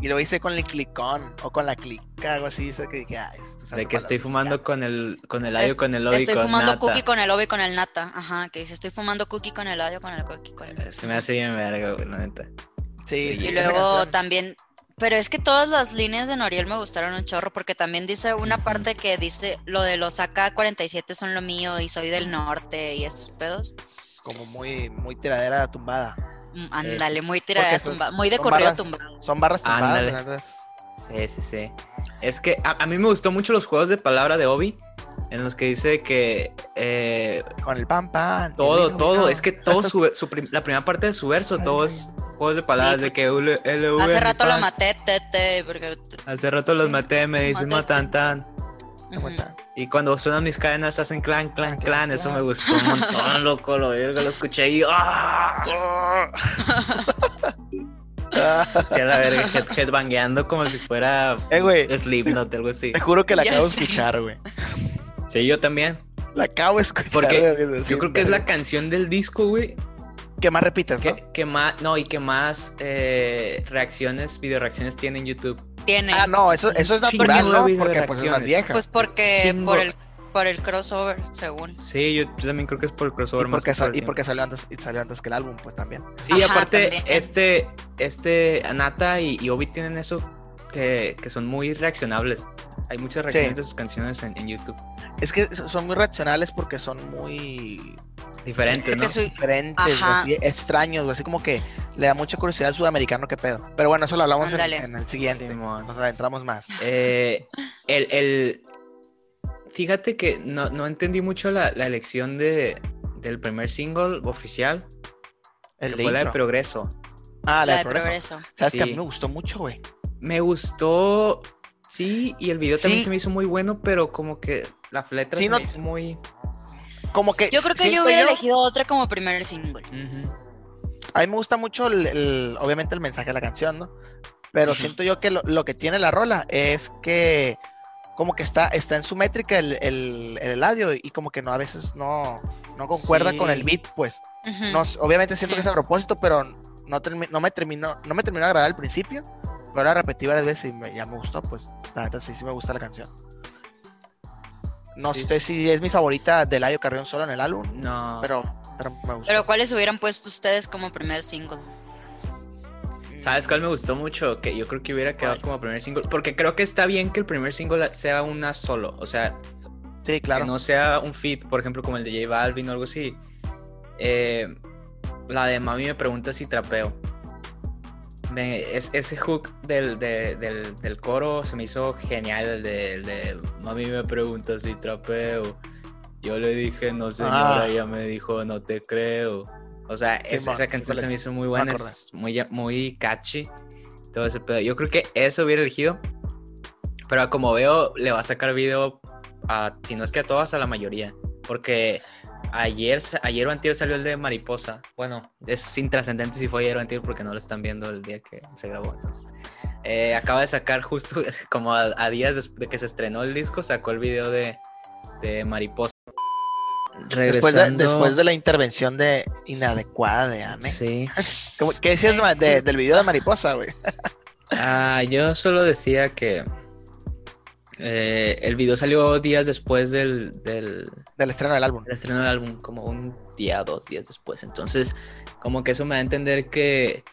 Speaker 3: Y lo hice con el clicón o con la clica, algo así. Dice que dije, ay, esto está
Speaker 1: De que
Speaker 3: malo.
Speaker 1: estoy fumando con el, con el adiós, con el Obi,
Speaker 2: Estoy
Speaker 1: con
Speaker 2: fumando
Speaker 1: nata.
Speaker 2: cookie con el Obi con el nata. Ajá, que dice, estoy fumando cookie con el audio con el cookie con el
Speaker 1: Eh, Se me hace bien verga, güey, la neta.
Speaker 3: Sí, sí,
Speaker 2: Y
Speaker 3: esa
Speaker 2: luego
Speaker 3: canción.
Speaker 2: también, pero es que todas las líneas de Noriel me gustaron un chorro porque también dice una
Speaker 1: Ujú.
Speaker 2: parte que dice lo de los AK-47 son lo mío y soy del norte y estos pedos.
Speaker 3: Como muy, muy tiradera tumbada.
Speaker 2: Mm, Ándale,
Speaker 1: sí,
Speaker 2: muy tirada,
Speaker 3: son-
Speaker 2: tumba- muy de
Speaker 3: son
Speaker 2: corrido
Speaker 3: barras.
Speaker 2: tumbado.
Speaker 3: Son barras tumbadas.
Speaker 1: Ándale.
Speaker 3: la neta.
Speaker 1: Sí, sí, sí. Es que a, a mí me gustó mucho los juegos de palabra de Obi, en los que dice que eh,
Speaker 3: Con el pan, pan.
Speaker 1: todo, todo, es que todo su, su prim- la primera parte de su verso, todo es juegos de palabras
Speaker 2: Sí,
Speaker 1: de que L, LV,
Speaker 2: Hace rato lo
Speaker 1: pan.
Speaker 2: maté, tete, porque...
Speaker 1: Hace rato los maté, me dicen
Speaker 2: Maté.
Speaker 1: matan tan.
Speaker 2: Ujú.
Speaker 1: Y cuando suenan mis cadenas hacen clan, clan, clan. Eso me gustó un montón, loco. Lo, verga, lo escuché y. ¡ah! Así a la verga, head, headbangueando como si fuera
Speaker 3: Eh, güey,
Speaker 1: Slipknot, algo así.
Speaker 3: te juro que la
Speaker 2: Ya
Speaker 3: acabo
Speaker 2: sé.
Speaker 3: de escuchar, güey.
Speaker 1: Sí, yo también.
Speaker 3: La acabo de escuchar.
Speaker 1: Porque
Speaker 3: güey,
Speaker 1: Yo creo que es la canción del disco, güey.
Speaker 3: ¿Qué más repites?
Speaker 1: ¿Qué,
Speaker 3: no?
Speaker 1: qué más, no, y qué más eh, reacciones, video reacciones tiene en YouTube.
Speaker 2: Tiene.
Speaker 3: Ah, no, eso, eso es
Speaker 1: Chingo
Speaker 3: natural,
Speaker 1: de
Speaker 3: ¿no?
Speaker 1: video
Speaker 3: Porque pues, es más
Speaker 1: reacciones.
Speaker 3: vieja.
Speaker 2: Pues porque
Speaker 1: Chingo.
Speaker 2: por el, por el crossover, según.
Speaker 1: Sí, yo, yo también creo que es por el crossover
Speaker 3: y
Speaker 1: más
Speaker 3: porque,
Speaker 1: que por
Speaker 3: sal-
Speaker 1: el
Speaker 3: y
Speaker 1: tiempo.
Speaker 3: porque salió, antes, y salió antes que el álbum, pues también.
Speaker 1: Sí, y
Speaker 2: Ajá,
Speaker 1: aparte,
Speaker 2: también.
Speaker 1: este, este, Anata y, y Obi tienen eso que, que son muy reaccionables. Hay muchas reacciones de sus canciones en, en YouTube.
Speaker 3: Es que so- son muy reaccionales porque son muy
Speaker 1: Diferentes,
Speaker 2: Porque
Speaker 1: ¿no?
Speaker 2: su-
Speaker 3: diferentes, güey,
Speaker 2: Ajá.
Speaker 3: así, extraños, güey, así como que le da mucha curiosidad al sudamericano que pedo. Pero bueno, eso lo hablamos en,
Speaker 2: Ándale.
Speaker 3: en el siguiente.
Speaker 1: Simón.
Speaker 3: Nos adentramos más.
Speaker 1: Eh, el, el- Fíjate que no, no entendí mucho la, la elección de, del primer single oficial,
Speaker 3: El
Speaker 1: que
Speaker 3: de
Speaker 1: fue la de
Speaker 3: intro.
Speaker 1: Progreso.
Speaker 3: Ah, la
Speaker 2: la
Speaker 3: de progreso. Sabes que a mí
Speaker 1: Sí.
Speaker 3: me gustó mucho, güey.
Speaker 1: Me gustó, sí, y el video también
Speaker 3: Sí.
Speaker 1: se me hizo muy bueno, pero como que la letra
Speaker 3: Sí,
Speaker 1: se
Speaker 3: no-
Speaker 1: me hizo muy...
Speaker 3: Como que.
Speaker 2: Yo creo que yo
Speaker 3: siento
Speaker 2: hubiera elegido otra como primer single.
Speaker 1: Ujú.
Speaker 3: A mí me gusta mucho, el, el- obviamente, el mensaje de la canción, ¿no? Pero
Speaker 1: Ujú.
Speaker 3: siento yo que lo, lo que tiene la rola es que. Como que está, está en su métrica el, el, el Eladio y como que no a veces no, no concuerda
Speaker 1: Sí.
Speaker 3: con el beat, pues.
Speaker 2: Ujú.
Speaker 3: No, s- obviamente siento que
Speaker 2: Sí.
Speaker 3: es a propósito, pero no, termi- no me terminó, no me terminó de agradar al principio, pero la repetí varias veces y me- ya me gustó, pues la neta sí, sí me gusta la canción. No
Speaker 1: Sí,
Speaker 3: sé si es mi favorita de Layo Carrión solo en el álbum,
Speaker 1: No,
Speaker 3: pero, pero me gusta.
Speaker 2: Pero ¿cuáles hubieran puesto ustedes como primer single?
Speaker 1: ¿Sabes cuál me gustó mucho? Que yo creo que hubiera quedado
Speaker 2: ¿Cuál?
Speaker 1: como primer single. Porque creo que está bien que el primer single sea una solo. O sea,
Speaker 3: Sí, claro.
Speaker 1: que no sea un feat, por ejemplo, como el de J Balvin o algo así. Eh, la de Mami me pregunta si trapeo. Me- es, ese hook del, de- del, del coro se me hizo genial. El de, el de Mami me pregunta si trapeo. Yo le dije no, señora.
Speaker 3: Ah.
Speaker 1: Ella me dijo no te creo. O sea,
Speaker 3: Sí,
Speaker 1: es-
Speaker 3: ma,
Speaker 1: esa
Speaker 3: sí,
Speaker 1: canción
Speaker 3: ¿cuál
Speaker 1: se
Speaker 3: es?
Speaker 1: me hizo muy buena,
Speaker 3: acordé.
Speaker 1: es muy, muy catchy. Todo ese pedo. Yo creo que eso hubiera elegido. Pero como veo, le va a sacar video a, si no es que a todas, a la mayoría. Porque ayer, sa- ayer o antier salió el de Mariposa. Bueno, es intrascendente si fue ayer o antier porque no lo están viendo el día que se grabó. Entonces, Eh, acaba de sacar justo como a, a días des- de que se estrenó el disco, sacó el video de, de Mariposa.
Speaker 3: Después de,
Speaker 1: Regresando-
Speaker 3: después de la intervención de inadecuada de Ame.
Speaker 1: Sí.
Speaker 3: Como- ¿Qué decías
Speaker 2: Ay,
Speaker 3: de-
Speaker 2: disculpa.
Speaker 3: del video de Mariposa, güey?
Speaker 1: Ah, yo solo decía que eh, el video salió días después del, del,
Speaker 3: Del estreno del álbum.
Speaker 1: del estreno del álbum, como un día, dos días después. Entonces, como que eso me da a entender que,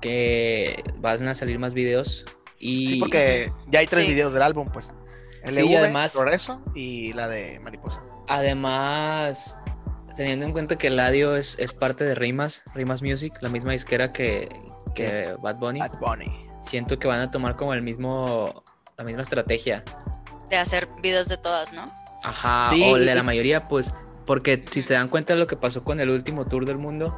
Speaker 1: que van a salir más videos. Y
Speaker 3: Sí, porque ya hay tres
Speaker 2: Sí.
Speaker 3: videos del álbum, pues. El
Speaker 1: Sí, y además-
Speaker 3: Progreso y la de Mariposa.
Speaker 1: además, teniendo en cuenta que Eladio es, es parte de Rimas, Rimas Music, la misma disquera que, que Bad Bunny,
Speaker 3: Bad Bunny.
Speaker 1: siento que van a tomar como el mismo, la misma estrategia.
Speaker 2: De hacer videos de todas, ¿no?
Speaker 1: Ajá,
Speaker 3: Sí,
Speaker 1: o el de
Speaker 3: y-
Speaker 1: la mayoría, pues, porque si se dan cuenta de lo que pasó con el último tour del mundo,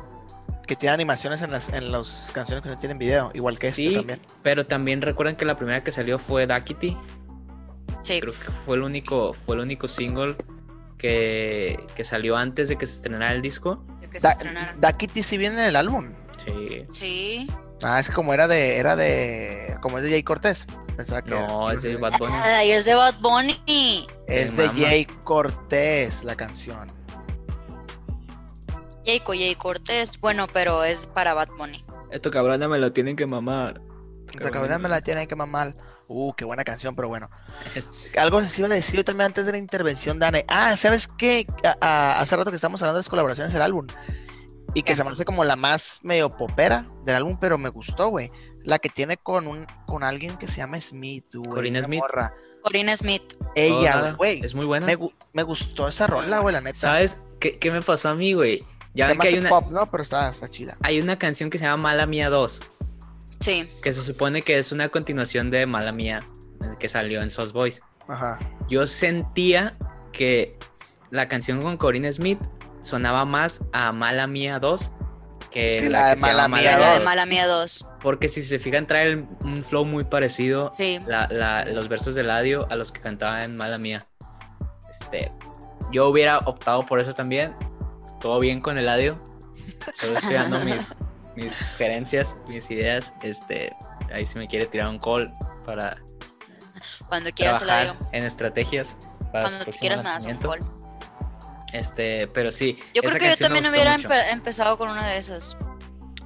Speaker 3: que tiene animaciones en las en las canciones que no tienen video, igual que
Speaker 1: sí,
Speaker 3: este también.
Speaker 1: pero también recuerden que la primera que salió fue Duckity,
Speaker 2: Sí.
Speaker 1: creo que fue el único, fue el único single que, que salió antes de que se estrenara el disco.
Speaker 2: de que se
Speaker 3: Da,
Speaker 2: estrenaran.
Speaker 3: Da Kitty sí viene en el álbum.
Speaker 1: Sí,
Speaker 2: Sí.
Speaker 3: Ah, es que como era de era de como es de Jay Cortés. Pensaba que
Speaker 1: no,
Speaker 3: era-
Speaker 1: es de Bad Bunny.
Speaker 2: Ah, y es de Bad Bunny.
Speaker 3: Es
Speaker 1: Me
Speaker 3: de
Speaker 1: mama.
Speaker 3: Jay Cortés la canción.
Speaker 2: Jayco, Jay Cortés. Bueno, pero es para Bad Bunny.
Speaker 1: Esto cabrona me lo tienen que mamar.
Speaker 3: Esta cabrona me la tiene que mamar. Uh, qué buena canción, pero bueno. Algo se iba a decir yo también antes de la intervención de Ane. Ah, ¿sabes qué? A- a- hace rato que estamos hablando de las colaboraciones del álbum. Y que
Speaker 2: ¿Qué?
Speaker 3: se me hace como la más medio popera del álbum, pero me gustó, güey. La que tiene con un con alguien que se llama Smith, güey.
Speaker 1: Corina
Speaker 3: una
Speaker 1: Smith.
Speaker 3: morra.
Speaker 2: Corina Smith.
Speaker 3: Ella, güey.
Speaker 1: Es muy buena.
Speaker 3: Me, gu- me gustó esa rola, güey, la neta.
Speaker 1: ¿Sabes qué, qué me pasó a mí, güey? Ya
Speaker 3: se
Speaker 1: ven
Speaker 3: me
Speaker 1: que hay
Speaker 3: hace
Speaker 1: una,
Speaker 3: pop, ¿no? Pero está, está chida.
Speaker 1: hay una canción que se llama Mala Mía 2.
Speaker 2: Sí.
Speaker 1: que se supone que es una continuación de Mala Mía eh, que salió en Sos Boys.
Speaker 3: Ajá.
Speaker 1: Yo sentía que la canción con Corinne Smith sonaba más a Mala Mía 2 que
Speaker 3: Que
Speaker 1: la,
Speaker 3: la de
Speaker 1: que se llama
Speaker 3: Mala Mía
Speaker 2: La,
Speaker 1: Mala
Speaker 2: de
Speaker 1: 2.
Speaker 2: Mala Mía 2.
Speaker 1: Porque si se fijan, trae el- un flow muy parecido
Speaker 2: Sí.
Speaker 1: la- la- los versos de Ladio a los que cantaba en Mala Mía. Este, yo hubiera optado por eso también. Todo bien con el Ladio. Solo estoy dando mis, mis sugerencias, mis ideas. Este, ahí si me quiere tirar un call para
Speaker 2: Cuando quieras se la
Speaker 1: trabajar
Speaker 2: digo.
Speaker 1: en estrategias para
Speaker 2: Cuando
Speaker 1: su próximo
Speaker 2: quieras me das un
Speaker 1: lanzamiento.
Speaker 2: call.
Speaker 1: Este, pero sí.
Speaker 2: Yo
Speaker 1: esa
Speaker 2: creo que yo
Speaker 1: canción me
Speaker 2: también
Speaker 1: gustó
Speaker 2: hubiera
Speaker 1: mucho.
Speaker 2: empe- empezado con una de esas.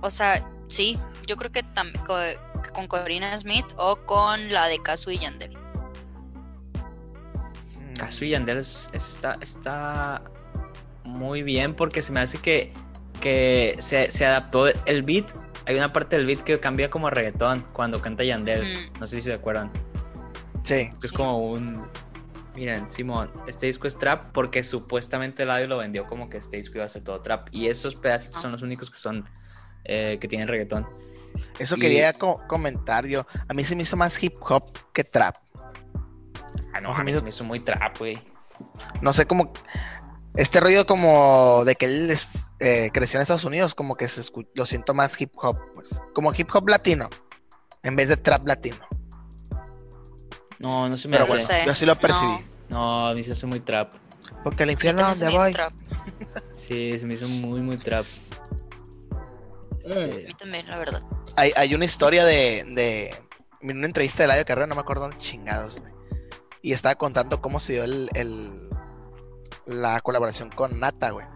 Speaker 2: O sea, sí, yo creo que tam- co- con Corina Smith o con la de Kazu y Yandel.
Speaker 1: Kazu y Yandel es- está, está muy bien porque se me hace que, que se, se adaptó el beat. Hay una parte del beat que cambia como a reggaetón cuando canta Yandel.
Speaker 2: Mm.
Speaker 1: No sé si se acuerdan.
Speaker 3: Sí.
Speaker 1: Es
Speaker 2: Sí.
Speaker 1: como un. Miren, Simón, este disco es trap porque supuestamente Eladio lo vendió como que este disco iba a ser todo trap. Y esos pedacitos
Speaker 2: Ah.
Speaker 1: son los únicos que son. eh, que tienen reggaetón.
Speaker 3: Eso
Speaker 1: Y-
Speaker 3: quería co- comentar yo. A mí se me hizo más hip hop que trap.
Speaker 1: Ah, no,
Speaker 3: O sea,
Speaker 1: a mí
Speaker 3: mira-
Speaker 1: se me hizo muy trap, güey.
Speaker 3: No sé cómo. Este rollo como de que él es- eh, creció en Estados Unidos, como que se escu- lo siento más hip hop, pues. Como hip hop latino, en vez de trap latino.
Speaker 1: No, no se me hace.
Speaker 3: Pero bueno,
Speaker 2: sé.
Speaker 3: yo sí lo
Speaker 2: No.
Speaker 3: percibí.
Speaker 1: No, a mí se hace muy trap.
Speaker 3: Porque al
Speaker 2: Yo
Speaker 3: infierno
Speaker 2: también se
Speaker 3: donde
Speaker 2: me hizo
Speaker 3: voy.
Speaker 2: trap.
Speaker 1: Sí, se me hizo muy, muy trap.
Speaker 2: A
Speaker 1: Este,
Speaker 2: mí también, la verdad.
Speaker 3: Hay, hay una historia de, de. en una entrevista de Ladio Carrera, no me acuerdo dónde chingados, güey. Y estaba contando cómo se dio el, el- la colaboración con Nata, güey.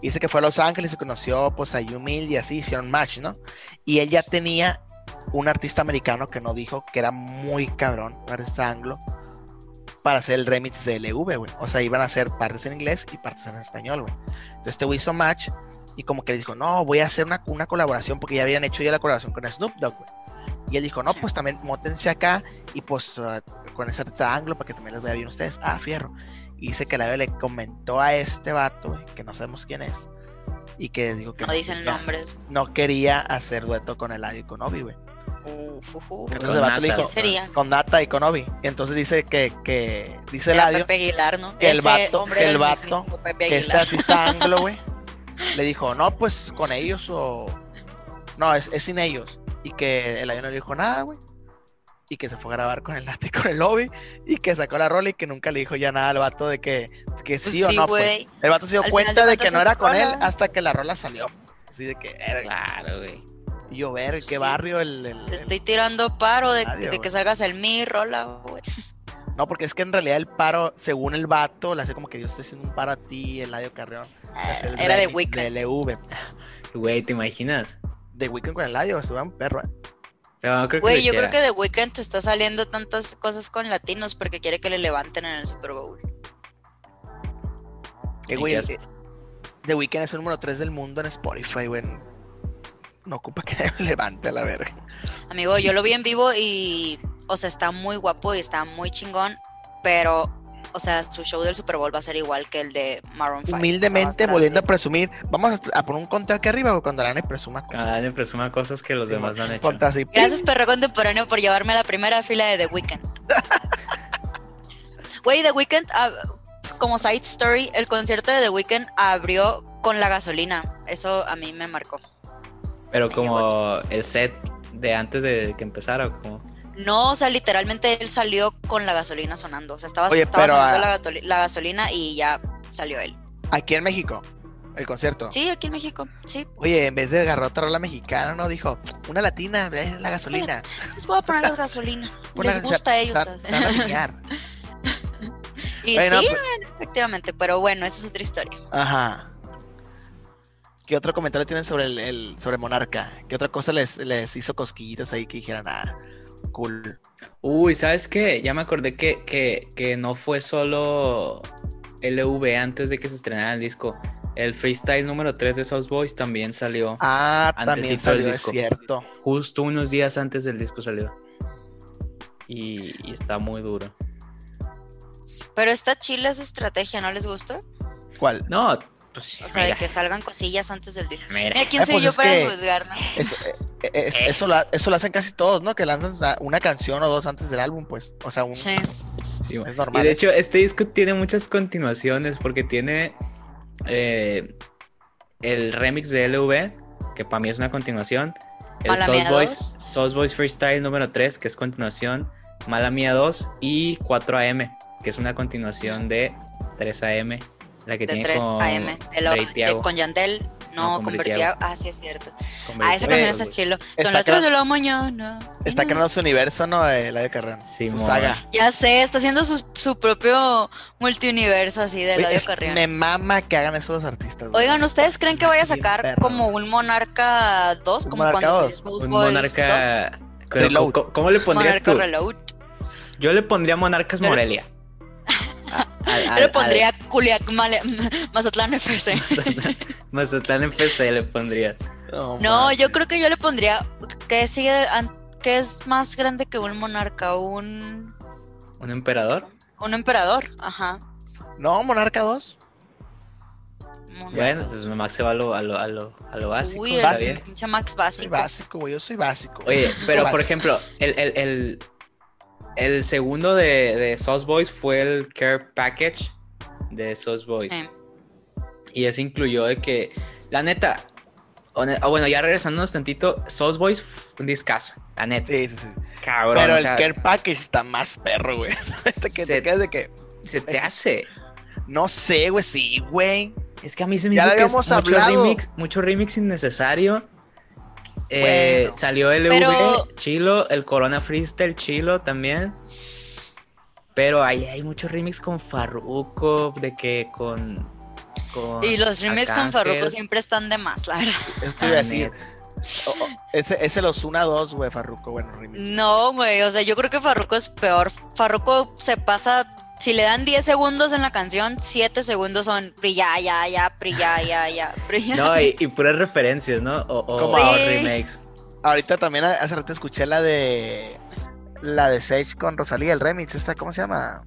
Speaker 3: Dice que fue a Los Ángeles y conoció pues, a Yumil y así, hicieron match, ¿no? Y él ya tenía un artista americano que no dijo que era muy cabrón, un artista anglo, para hacer el remix de LV, güey. O sea, iban a hacer partes en inglés y partes en español, güey. Entonces este güey hizo match y como que dijo, no, voy a hacer una, una colaboración porque ya habían hecho ya la colaboración con Snoop Dogg, güey. Y él dijo, no,
Speaker 2: Sí.
Speaker 3: pues también mótense acá y pues ah, con ese artista anglo para que también les vaya bien a ustedes. Ah, fierro. Y dice que la veo le comentó a este vato, güey, que no sabemos quién es. Y que dijo que
Speaker 2: No dicen
Speaker 3: quería-
Speaker 2: nombres.
Speaker 3: no quería hacer dueto con Eladio y con Obi, güey.
Speaker 2: Uf, uf, uf.
Speaker 3: Entonces
Speaker 1: Con
Speaker 3: el vato le
Speaker 1: Nata,
Speaker 3: dijo,
Speaker 2: ¿Quién sería?
Speaker 3: con Nata y con Obi. Y entonces dice que, que dice
Speaker 2: Era
Speaker 3: Eladio
Speaker 2: Pepe Aguilar, ¿no?
Speaker 3: que el
Speaker 2: Ese
Speaker 3: vato-
Speaker 2: hombre
Speaker 3: que
Speaker 2: era
Speaker 3: el vato
Speaker 2: mismísimo Pepe
Speaker 3: que este
Speaker 2: Aguilar.
Speaker 3: artista anglo, güey, le dijo, no, pues con ellos o... No, es, es sin ellos. Y que el avión no le dijo nada, güey. Y que se fue a grabar con el Nata y con el Obi. Y que sacó la rola y que nunca le dijo ya nada al vato de que, que
Speaker 2: Pues
Speaker 3: sí, o
Speaker 2: sí,
Speaker 3: no. pues.
Speaker 2: güey.
Speaker 3: El vato se dio
Speaker 2: Al
Speaker 3: cuenta
Speaker 2: final de
Speaker 3: de que
Speaker 2: cuentas
Speaker 3: no
Speaker 2: es
Speaker 3: era con él
Speaker 2: rola.
Speaker 3: hasta que la rola salió. Así de que, verga,
Speaker 1: Claro, güey.
Speaker 3: y yo ver qué
Speaker 2: Sí.
Speaker 3: barrio el... el-
Speaker 2: Te
Speaker 3: el-
Speaker 2: estoy tirando paro de,
Speaker 3: Nadie,
Speaker 2: de que
Speaker 3: güey.
Speaker 2: salgas el mi rola, güey.
Speaker 3: No, porque es que en realidad el paro, según el vato, le hace como que yo estoy haciendo un paro a ti, Eladio Carreón. Es el
Speaker 2: Ah, Era de
Speaker 3: remix
Speaker 2: Weeknd.
Speaker 3: De LV.
Speaker 1: Güey, ¿te imaginas?
Speaker 3: De Weekend con Eladio, estuvo un perro, ¿eh?
Speaker 1: Pero no creo que
Speaker 2: Güey,
Speaker 1: lo
Speaker 2: yo creo
Speaker 1: hiciera.
Speaker 2: que de Weekend está saliendo tantas cosas con latinos porque quiere que le levanten en el Super Bowl.
Speaker 3: Eh,
Speaker 1: ¿Y
Speaker 3: güey,
Speaker 1: qué has-
Speaker 3: eh, The Weeknd es el número 3 del mundo en Spotify, güey. No ocupa que me levante a la verga.
Speaker 2: Amigo, yo lo vi en vivo y, o sea, está muy guapo y está muy chingón, pero, o sea, su show del Super Bowl va a ser igual que el de Maroon 5. o
Speaker 3: Humildemente,
Speaker 2: sea, va a estar
Speaker 3: volviendo a
Speaker 2: así.
Speaker 3: presumir, vamos a, a poner un conteo aquí arriba, güey, cuando la y presuma. cosas.
Speaker 1: Cada año Ah, presuma cosas que los demás no han hecho.
Speaker 3: Ponte así,
Speaker 2: Gracias, perro contemporáneo, por llevarme a la primera fila de The Weeknd. Güey, The Weeknd, ah, como side story, el concierto de The Weeknd abrió con la gasolina. Eso a mí me marcó.
Speaker 1: Pero
Speaker 2: Me
Speaker 1: como el set de antes de que empezara, o como.
Speaker 2: No, o sea, literalmente él salió con la gasolina sonando. O sea, estaba,
Speaker 3: Oye,
Speaker 2: estaba
Speaker 3: pero,
Speaker 2: sonando
Speaker 3: ah,
Speaker 2: la, gatoli- la gasolina y ya salió él.
Speaker 3: aquí en México, el concierto.
Speaker 2: Sí, aquí en México. Sí,
Speaker 3: Oye, en vez de agarrar otra rola mexicana, no dijo una latina, eh, la gasolina.
Speaker 2: les voy a poner la gasolina.
Speaker 3: Una-
Speaker 2: les gusta a ellos.
Speaker 3: Sa-
Speaker 2: ¿sabes?
Speaker 3: se van a chingar.
Speaker 2: y
Speaker 3: Oye, no,
Speaker 2: sí,
Speaker 3: pues-
Speaker 2: efectivamente. Pero bueno, esa es otra historia.
Speaker 3: Ajá. ¿Qué otro comentario tienen sobre el, el- sobre Monarca? ¿Qué otra cosa les, les hizo cosquillitas ahí que dijeran, ah, cool?
Speaker 1: Uy, ¿sabes qué? Ya me acordé que, que, que no fue solo LV antes de que se estrenara el disco. El freestyle número 3 de South Boys también salió.
Speaker 3: Ah, también
Speaker 1: Antecito del
Speaker 3: salió, es
Speaker 1: disco.
Speaker 3: cierto.
Speaker 1: Justo unos días antes del disco salió. Y, y está muy duro.
Speaker 2: Pero está chila esa estrategia, ¿no les gusta?
Speaker 3: ¿Cuál?
Speaker 1: No, pues.
Speaker 2: O sea, de
Speaker 1: mira,
Speaker 2: que salgan cosillas antes del disco.
Speaker 1: mira.
Speaker 2: Mira, ¿quién
Speaker 3: Eh,
Speaker 2: soy
Speaker 3: pues
Speaker 2: yo
Speaker 3: es
Speaker 2: para
Speaker 3: que-
Speaker 2: juzgar, no?
Speaker 3: Eso, eh, eh, es-
Speaker 1: Eh.
Speaker 3: eso, la- eso lo hacen casi todos, ¿no? Que lanzan una- una canción o dos antes del álbum, pues. O sea, un,
Speaker 2: Sí.
Speaker 1: Sí,
Speaker 3: es normal.
Speaker 1: Y de hecho, este disco tiene muchas continuaciones porque tiene eh, el remix de LV, que para mí es una continuación. El
Speaker 2: Mala
Speaker 1: South
Speaker 2: Mía
Speaker 1: Boys, South Boys Freestyle número 3, que es continuación. Mala Mía 2 y 4AM, que es una continuación de 3AM. La que
Speaker 2: De
Speaker 1: tiene
Speaker 2: 3
Speaker 1: con
Speaker 2: AM. de lo-
Speaker 1: Rey
Speaker 2: de-
Speaker 1: Tiago.
Speaker 2: con Yandel. No,
Speaker 1: con
Speaker 2: con
Speaker 1: Britiago.
Speaker 2: Vertiago. Ah, sí, es cierto.
Speaker 1: Con
Speaker 2: Ah, esa canción
Speaker 3: Vertiago,
Speaker 2: está
Speaker 1: güey.
Speaker 2: chilo.
Speaker 3: Está
Speaker 2: Son las tres
Speaker 3: cra-
Speaker 2: de la mañana.
Speaker 3: Está creando su universo, ¿no? Eh, Eladio Carrión.
Speaker 1: Sí,
Speaker 3: su
Speaker 1: mo.
Speaker 3: saga.
Speaker 2: Mm, Ya sé, está haciendo su, su propio multiuniverso así de
Speaker 3: Güey,
Speaker 2: Eladio
Speaker 3: es-
Speaker 2: Carrión.
Speaker 3: me mama que hagan eso los artistas. güey.
Speaker 2: Oigan, ¿ustedes creen que vaya a sacar
Speaker 3: Bien perro.
Speaker 2: como un Monarca 2?
Speaker 3: Un
Speaker 2: Como
Speaker 3: Monarca
Speaker 2: cuando
Speaker 3: 2,
Speaker 2: se hizo
Speaker 1: Un
Speaker 2: Boys
Speaker 1: monarca. Pero,
Speaker 3: Reload.
Speaker 1: ¿cómo, cómo le
Speaker 2: 2,
Speaker 1: pondrías
Speaker 2: Monarca
Speaker 1: tú?
Speaker 2: Reload.
Speaker 1: Yo le pondría Monarcas
Speaker 2: Yo le-
Speaker 1: Morelia. A- a-
Speaker 2: Yo le
Speaker 1: a-
Speaker 2: pondría Culiac Male- Mazatlán FC.
Speaker 1: Mazatlán empecé, le pondría.
Speaker 3: No,
Speaker 2: No,
Speaker 3: mames.
Speaker 2: yo creo que yo le pondría. ¿Qué sigue? an- ¿Qué es más grande que un monarca? Un.
Speaker 1: ¿Un emperador?
Speaker 2: Un emperador. Ajá.
Speaker 3: No, Monarca 2.
Speaker 2: monarca.
Speaker 1: Bueno, pues nomás se va a lo, a lo, a lo, a lo básico.
Speaker 2: Uy,
Speaker 1: está
Speaker 2: el
Speaker 1: bien.
Speaker 2: pinche Max
Speaker 3: Soy
Speaker 2: básico.
Speaker 3: básico, güey. Yo soy básico.
Speaker 1: Oye, pero por
Speaker 3: Básico.
Speaker 1: ejemplo, el, el, el, el segundo de, de Sauce Boys fue el Care Package de Sauce Boys.
Speaker 2: Eh,
Speaker 1: Y eso incluyó de que, la neta, hone- ah, bueno, ya regresándonos tantito, Sauce Boys, f- un discazo, la neta.
Speaker 3: Sí, sí, sí.
Speaker 1: Cabrón,
Speaker 3: Pero
Speaker 1: o
Speaker 3: el
Speaker 1: sea,
Speaker 3: Care Package está más perro, güey. Este que
Speaker 1: Se-
Speaker 3: te quedas de que.
Speaker 1: se te hace.
Speaker 3: No sé, güey. Sí, güey.
Speaker 1: Es que a mí se me
Speaker 3: Ya
Speaker 1: hizo
Speaker 3: lo
Speaker 1: que
Speaker 3: habíamos
Speaker 1: mucho
Speaker 3: hablado.
Speaker 1: remix, mucho remix innecesario. Eh,
Speaker 3: Bueno.
Speaker 1: Salió LV,
Speaker 2: Pero-
Speaker 1: Chilo, el Corona Freestyle, Chilo también. Pero ahí hay mucho remix con Farruko, de que con... con
Speaker 2: Y los rimes con
Speaker 1: Arcángel.
Speaker 2: Farruko siempre están de más, la verdad.
Speaker 3: Eso te
Speaker 1: La
Speaker 3: iba a decir.
Speaker 1: Ah, neta.
Speaker 3: O- o- ese, ese los una dos, güey, Farruko. Bueno, remix.
Speaker 2: No, güey. O sea, yo creo que Farruko es peor. Farruko se pasa. Si le dan 10 segundos en la canción, 7 segundos son pri ya, ya, ya, pri ya, ya, ya, pri ya.
Speaker 1: No, y, y puras referencias, ¿no? O, o-
Speaker 3: Como
Speaker 1: o
Speaker 2: Sí.
Speaker 1: remakes.
Speaker 2: Mm.
Speaker 3: Ahorita también a- hace rato escuché la de. La de Sage con Rosalía, el remix. ¿Esta cómo se llama?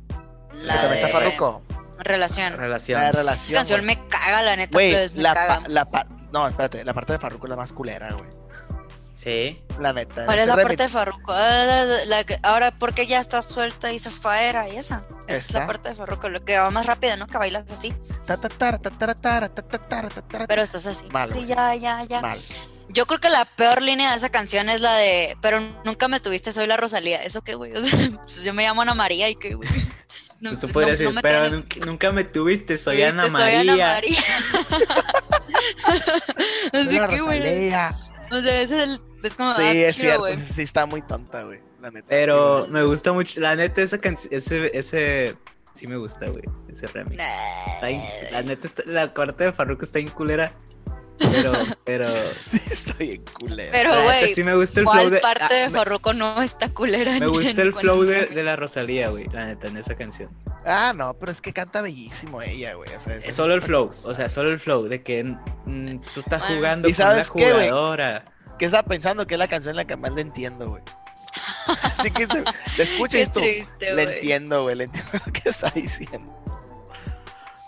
Speaker 3: Que
Speaker 2: La
Speaker 3: también
Speaker 2: de
Speaker 3: está Farruko.
Speaker 2: relación.
Speaker 1: Relación.
Speaker 3: La de
Speaker 2: Esta
Speaker 3: relación.
Speaker 2: canción
Speaker 3: güey.
Speaker 2: me caga, la neta.
Speaker 3: Güey,
Speaker 2: pues, me
Speaker 3: la,
Speaker 2: caga.
Speaker 3: pa- la pa- No, espérate. La parte de Farruko es la más culera, güey.
Speaker 1: Sí.
Speaker 3: La neta.
Speaker 2: ¿Cuál
Speaker 3: ese
Speaker 2: es la
Speaker 3: remix-
Speaker 2: parte de Farruko? Ah, la- la- la que- ahora, porque ya está suelta y zafaera y esa? Esa es
Speaker 3: Esa.
Speaker 2: la parte de Farruko, lo que va más rápido, ¿no? Que bailas así,
Speaker 3: Ta, ta, tara, ta, tara, tara, ta, ta, tara, ta, tara,
Speaker 2: pero estás así.
Speaker 3: Mal,
Speaker 2: Y
Speaker 3: güey.
Speaker 2: ya, ya, ya.
Speaker 3: Mal.
Speaker 2: Yo creo que la peor línea de esa canción es la de, pero nunca me tuviste, soy la Rosalía. ¿Eso qué, güey? O sea, pues yo me llamo Ana María y qué, güey. No,
Speaker 1: Tú
Speaker 2: no-
Speaker 1: podrías
Speaker 2: no
Speaker 1: decir,
Speaker 2: me
Speaker 1: pero
Speaker 2: tienes-
Speaker 1: nunca, nunca me tuviste, soy
Speaker 2: tuviste,
Speaker 1: Ana
Speaker 2: soy
Speaker 1: María.
Speaker 2: María. Así
Speaker 3: Una
Speaker 2: que, güey.
Speaker 3: Rosalía.
Speaker 2: O sea, ese es el. Es como. ah,
Speaker 3: Sí, es
Speaker 2: chido,
Speaker 3: cierto.
Speaker 2: güey.
Speaker 3: Sí, sí, está muy tonta, güey. La neta.
Speaker 1: Pero me gusta mucho, la neta, esa canción, ese, ese, sí me gusta, güey, ese remix.
Speaker 2: Nah.
Speaker 1: Está bien- la neta, está- la cuarta de Farruko está bien culera, pero, pero,
Speaker 3: Está bien culera.
Speaker 1: la
Speaker 2: Pero,
Speaker 1: neta,
Speaker 2: güey,
Speaker 1: sí me gusta el flow
Speaker 2: ¿cuál
Speaker 1: de,
Speaker 2: parte
Speaker 1: ah,
Speaker 2: de Farruko no está culera?
Speaker 1: me, me
Speaker 2: ni-
Speaker 1: gusta
Speaker 2: ni
Speaker 1: el
Speaker 2: con-
Speaker 1: flow de, de la Rosalía, güey, la neta, en esa canción.
Speaker 3: Ah, no, pero es que canta bellísimo ella, güey. O sea, eso
Speaker 1: Es solo el
Speaker 3: otra
Speaker 1: flow,
Speaker 3: cosa.
Speaker 1: o sea, solo el flow, de que mm, tú estás
Speaker 2: Bueno.
Speaker 1: jugando
Speaker 3: ¿Y
Speaker 1: con la
Speaker 3: sabes qué, güey?
Speaker 1: jugadora.
Speaker 3: que estaba pensando que es la canción la que más le entiendo, güey. Así que te, le escuchas
Speaker 2: Qué
Speaker 3: y tú.
Speaker 2: triste,
Speaker 3: Le
Speaker 2: güey.
Speaker 3: entiendo, güey, le entiendo lo que está diciendo.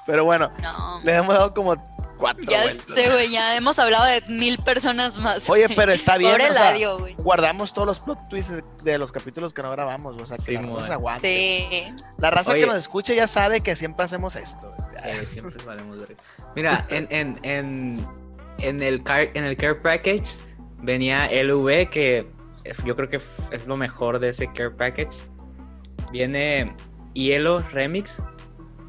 Speaker 3: Pero bueno,
Speaker 2: No.
Speaker 3: le hemos dado como cuatro
Speaker 2: Ya
Speaker 3: vueltas.
Speaker 2: sé, güey, ya hemos hablado de mil personas más.
Speaker 3: Oye, pero está bien,
Speaker 2: Pobre
Speaker 3: o sea,
Speaker 2: Eladio, güey.
Speaker 3: guardamos todos los plot twists de- de los capítulos que no grabamos, o sea, que
Speaker 1: Sí,
Speaker 3: la raza
Speaker 1: mon.
Speaker 3: se aguante.
Speaker 2: Ah, Sí.
Speaker 3: La raza
Speaker 1: Oye.
Speaker 3: que nos escucha ya sabe que siempre hacemos esto.
Speaker 1: Sí, siempre valemos verga. Mira, en, en, en, en, el car- en el Care Package venía LV, que yo creo que es lo mejor de ese Care Package. Viene Hielo Remix,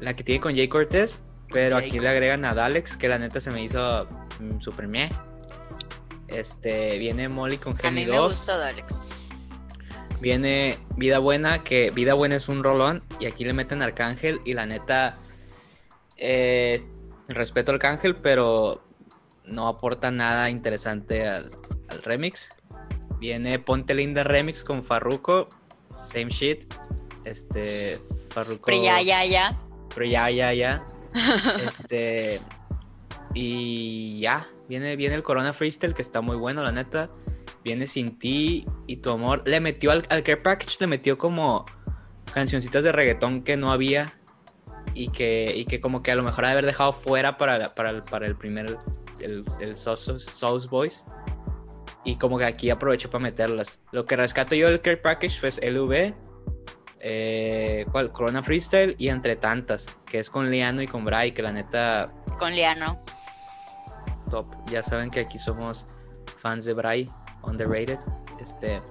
Speaker 1: la que tiene con Jay Cortez, pero
Speaker 3: Jay
Speaker 1: aquí le agregan a Dalex, que la neta se me hizo mm, super meh. Este, viene Molly con
Speaker 2: A
Speaker 1: Genie
Speaker 2: mí me
Speaker 1: 2.
Speaker 2: gusta Dalex.
Speaker 1: Viene Vida Buena, que Vida Buena es un rolón. Y aquí le meten Arcángel. Y la neta, eh, respeto a Arcángel, pero no aporta nada interesante al, al remix. Viene Ponte Linda Remix con Farruko. Same shit. Este, Farruko.
Speaker 2: Pero ya, ya, ya.
Speaker 1: Pero ya, ya, ya. Este. Y ya. Viene, viene el Corona Freestyle, que está muy bueno, la neta. Viene sin ti y tu amor. Le metió al, al Care Package, le metió como cancioncitas de reggaetón que no había. Y que, y que como que a lo mejor ha de haber dejado fuera para, la- para, el- para el primer, el, el Sauce, Sauce Boys. Y como que aquí aprovecho para meterlas. Lo que rescato yo del Care Package pues, fue LV, eh, ¿cuál? Corona Freestyle y Entre Tantas, que es con Liano y con Bray, que la neta,
Speaker 2: Con Liano.
Speaker 1: top. Ya saben que aquí somos fans de Bray, underrated. Este,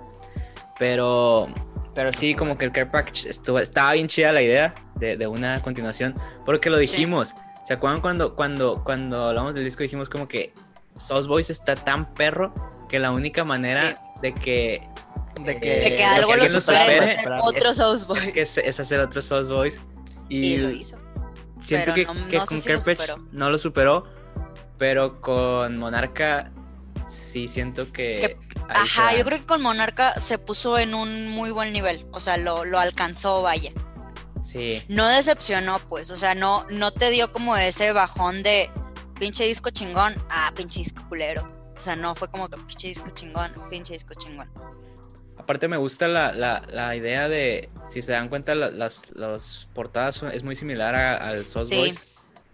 Speaker 1: pero, pero sí, como que el Care Package estuvo, estaba bien chida la idea de, de una continuación, porque lo
Speaker 2: Sí.
Speaker 1: dijimos. ¿Se acuerdan cuando, cuando, cuando hablamos del disco dijimos como que Sauce Boys está tan perro que la única manera de que
Speaker 3: De
Speaker 1: Eh,
Speaker 2: De
Speaker 1: lo
Speaker 2: que
Speaker 1: que
Speaker 2: algo lo
Speaker 1: alguien lo
Speaker 2: supere es
Speaker 1: supere,
Speaker 2: hacer otro South
Speaker 1: es,
Speaker 2: Boy.
Speaker 1: que es, es hacer otro Sauce Boys. Y,
Speaker 2: Y lo hizo.
Speaker 1: siento
Speaker 2: pero
Speaker 1: que,
Speaker 2: no-
Speaker 1: que con
Speaker 2: no sé si lo
Speaker 1: Kerpech
Speaker 2: superó.
Speaker 1: no lo superó, pero con Monarca sí siento que.
Speaker 2: Se-
Speaker 1: ahí se
Speaker 2: Ajá,
Speaker 1: dan.
Speaker 2: yo creo que con Monarca se puso en un muy buen nivel. O sea, lo, lo alcanzó, vaya.
Speaker 1: Sí,
Speaker 2: No decepcionó, pues. O sea, no, no te dio como ese bajón de pinche disco chingón, ah, pinche disco culero. O sea, no fue como que pinche disco chingón, pinche disco chingón.
Speaker 1: aparte me gusta la, la- la idea de, si se dan cuenta, la- las los portadas son- es muy similar a- al Sauce
Speaker 2: Sí.
Speaker 1: Boys,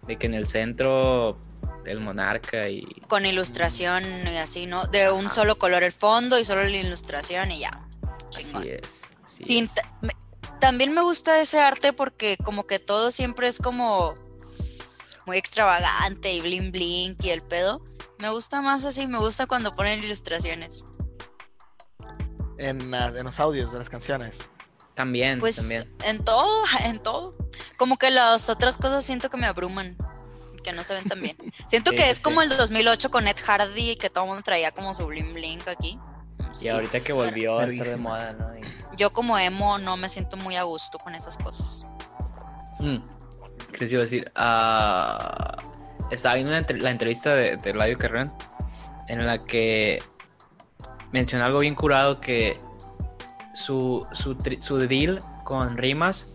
Speaker 1: de que en el centro el monarca y...
Speaker 2: Con ilustración y así, ¿no? De un
Speaker 1: Ajá.
Speaker 2: solo color el fondo y solo la ilustración y ya. Chingón.
Speaker 1: Así es. así
Speaker 2: Sin-
Speaker 1: es.
Speaker 2: ta- me- también me gusta ese arte porque como que todo siempre es como muy extravagante y bling bling y el pedo. Me gusta más así, me gusta cuando ponen ilustraciones.
Speaker 3: en, las- en los audios de las canciones.
Speaker 1: También,
Speaker 2: Pues
Speaker 1: Mm, también.
Speaker 2: en todo, en todo. Como que las otras cosas siento que me abruman, que no se ven tan bien. Siento
Speaker 1: Sí,
Speaker 2: que
Speaker 1: sí,
Speaker 2: es como
Speaker 1: sí.
Speaker 2: el 2008 con Ed Hardy, que todo el mundo traía como su bling bling aquí. Sí,
Speaker 1: Y ahorita que volvió a estar de
Speaker 3: Verguísima.
Speaker 1: moda, ¿no? Y-
Speaker 2: Yo como emo no me siento muy a gusto con esas cosas.
Speaker 1: Mm. ¿Qué les iba a decir? Ah, estaba viendo una entre- la entrevista de, de Eladio Carrión en la que mencionó algo bien curado que su, su, tri- su deal con Rimas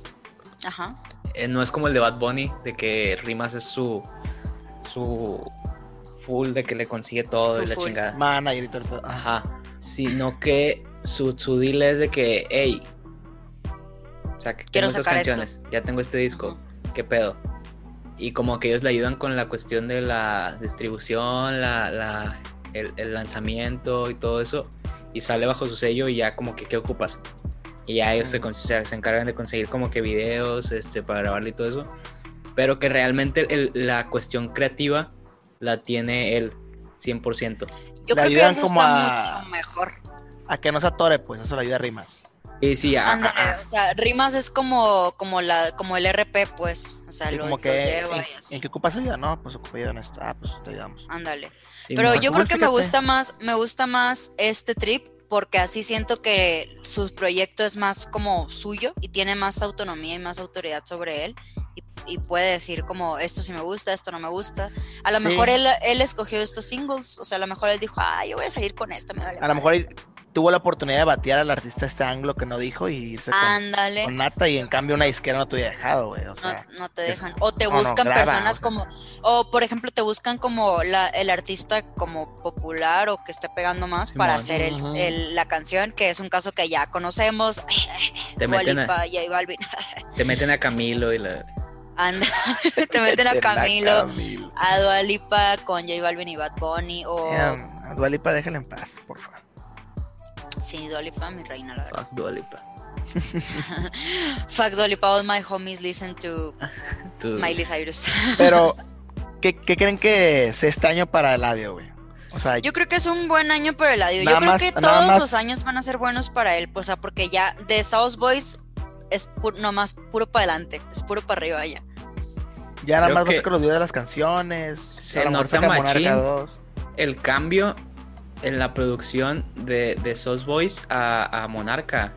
Speaker 2: Ajá.
Speaker 1: eh, no es como el de Bad Bunny, de que Rimas es su, su full, de que le consigue todo
Speaker 2: Su
Speaker 1: y la
Speaker 2: full.
Speaker 1: chingada.
Speaker 3: Manager y todo. el pedo. Ajá.
Speaker 1: Ajá. Sino que su, su deal es de que, hey, o sea, que
Speaker 2: Quiero
Speaker 1: tengo estas
Speaker 2: sacar esto.
Speaker 1: canciones, ya tengo este disco, ¿qué pedo? Y como que ellos le ayudan con la cuestión de la distribución, la, la- el, el lanzamiento y todo eso, y sale bajo su sello y ya como que, ¿qué ocupas? Y ya ellos se,
Speaker 3: Mm.
Speaker 1: con- se, se encargan de conseguir como que videos este, para grabarle y todo eso, pero que realmente el- la cuestión creativa la tiene él 100%.
Speaker 2: Yo
Speaker 3: Le
Speaker 2: creo que
Speaker 3: ayudan
Speaker 2: eso
Speaker 3: como
Speaker 2: está
Speaker 3: a-
Speaker 2: mucho mejor.
Speaker 3: A que no se atore, pues eso le ayuda a rimas.
Speaker 1: Y sí, a- a- a-
Speaker 2: Ándale, o sea, rimas es como, como la, como el RP, pues. O sea,
Speaker 3: Y
Speaker 2: lo,
Speaker 3: como
Speaker 2: lo
Speaker 3: que,
Speaker 2: lleva y
Speaker 3: ¿en,
Speaker 2: así.
Speaker 3: en qué ocupas ayuda? No, pues ocupa ayuda en esto. Ah, pues te ayudamos.
Speaker 2: Ándale.
Speaker 1: sí,
Speaker 2: Pero
Speaker 1: mon.
Speaker 2: yo creo que me
Speaker 3: fíjate.
Speaker 2: gusta más, me gusta más este trip, porque así siento que su proyecto es más como suyo y tiene más autonomía y más autoridad sobre él. Y, y puede decir como esto sí me gusta, esto no me gusta. A lo
Speaker 3: Sí.
Speaker 2: mejor él, él escogió estos singles, o sea, a lo mejor él dijo, ah, yo voy a salir con esta, me vale
Speaker 3: A lo
Speaker 2: madre".
Speaker 3: mejor tuvo la oportunidad de batear al artista este anglo que no dijo y irse con,
Speaker 2: Ándale.
Speaker 3: con Nata y en cambio una izquierda no te hubiera dejado, güey. O
Speaker 2: no,
Speaker 3: sea,
Speaker 2: no te
Speaker 3: Eh, es-
Speaker 2: dejan. O te
Speaker 3: no, no,
Speaker 2: buscan
Speaker 3: graba,
Speaker 2: personas
Speaker 3: o sea.
Speaker 2: como, o por ejemplo, te buscan como la, el artista como popular o que esté pegando más para
Speaker 1: Simón.
Speaker 2: hacer el-
Speaker 3: Ajá.
Speaker 2: el- la canción, que es un caso que ya conocemos.
Speaker 1: te
Speaker 2: Dua
Speaker 1: meten, a,
Speaker 2: Lipa, J Balvin.
Speaker 1: te meten a Camilo y la...
Speaker 2: Anda, te meten a
Speaker 3: Te la
Speaker 2: Camilo,
Speaker 3: Camilo.
Speaker 2: a Dua Lipa con J Balvin y Bad Bunny, o
Speaker 3: Em, a Dua Lipa, déjala en paz, por favor.
Speaker 2: sí, Dua Lipa, mi reina, la verdad.
Speaker 1: Fuck Dua Lipa.
Speaker 2: Fuck Dua Lipa, all my homies listen to
Speaker 1: Tú-
Speaker 2: Miley Cyrus.
Speaker 3: Pero, ¿qué, qué creen que sea este año para Eladio, güey? O sea,
Speaker 2: Yo creo que es un buen año para Eladio. Yo
Speaker 3: Nada
Speaker 2: creo
Speaker 3: más-
Speaker 2: que
Speaker 3: nada
Speaker 2: todos
Speaker 3: más-
Speaker 2: los años van a ser buenos para él, pues, o sea, porque ya de South Boys es pu- nomás puro para adelante, es puro para arriba ya.
Speaker 3: ya nada
Speaker 1: creo
Speaker 3: más
Speaker 1: que-
Speaker 3: vas con los videos de las canciones.
Speaker 1: Se
Speaker 3: a lo mejor
Speaker 1: nota
Speaker 3: saca Monarca
Speaker 1: machín.
Speaker 3: 2.
Speaker 1: El cambio en la producción de, de Sauce Boys a, a Monarca.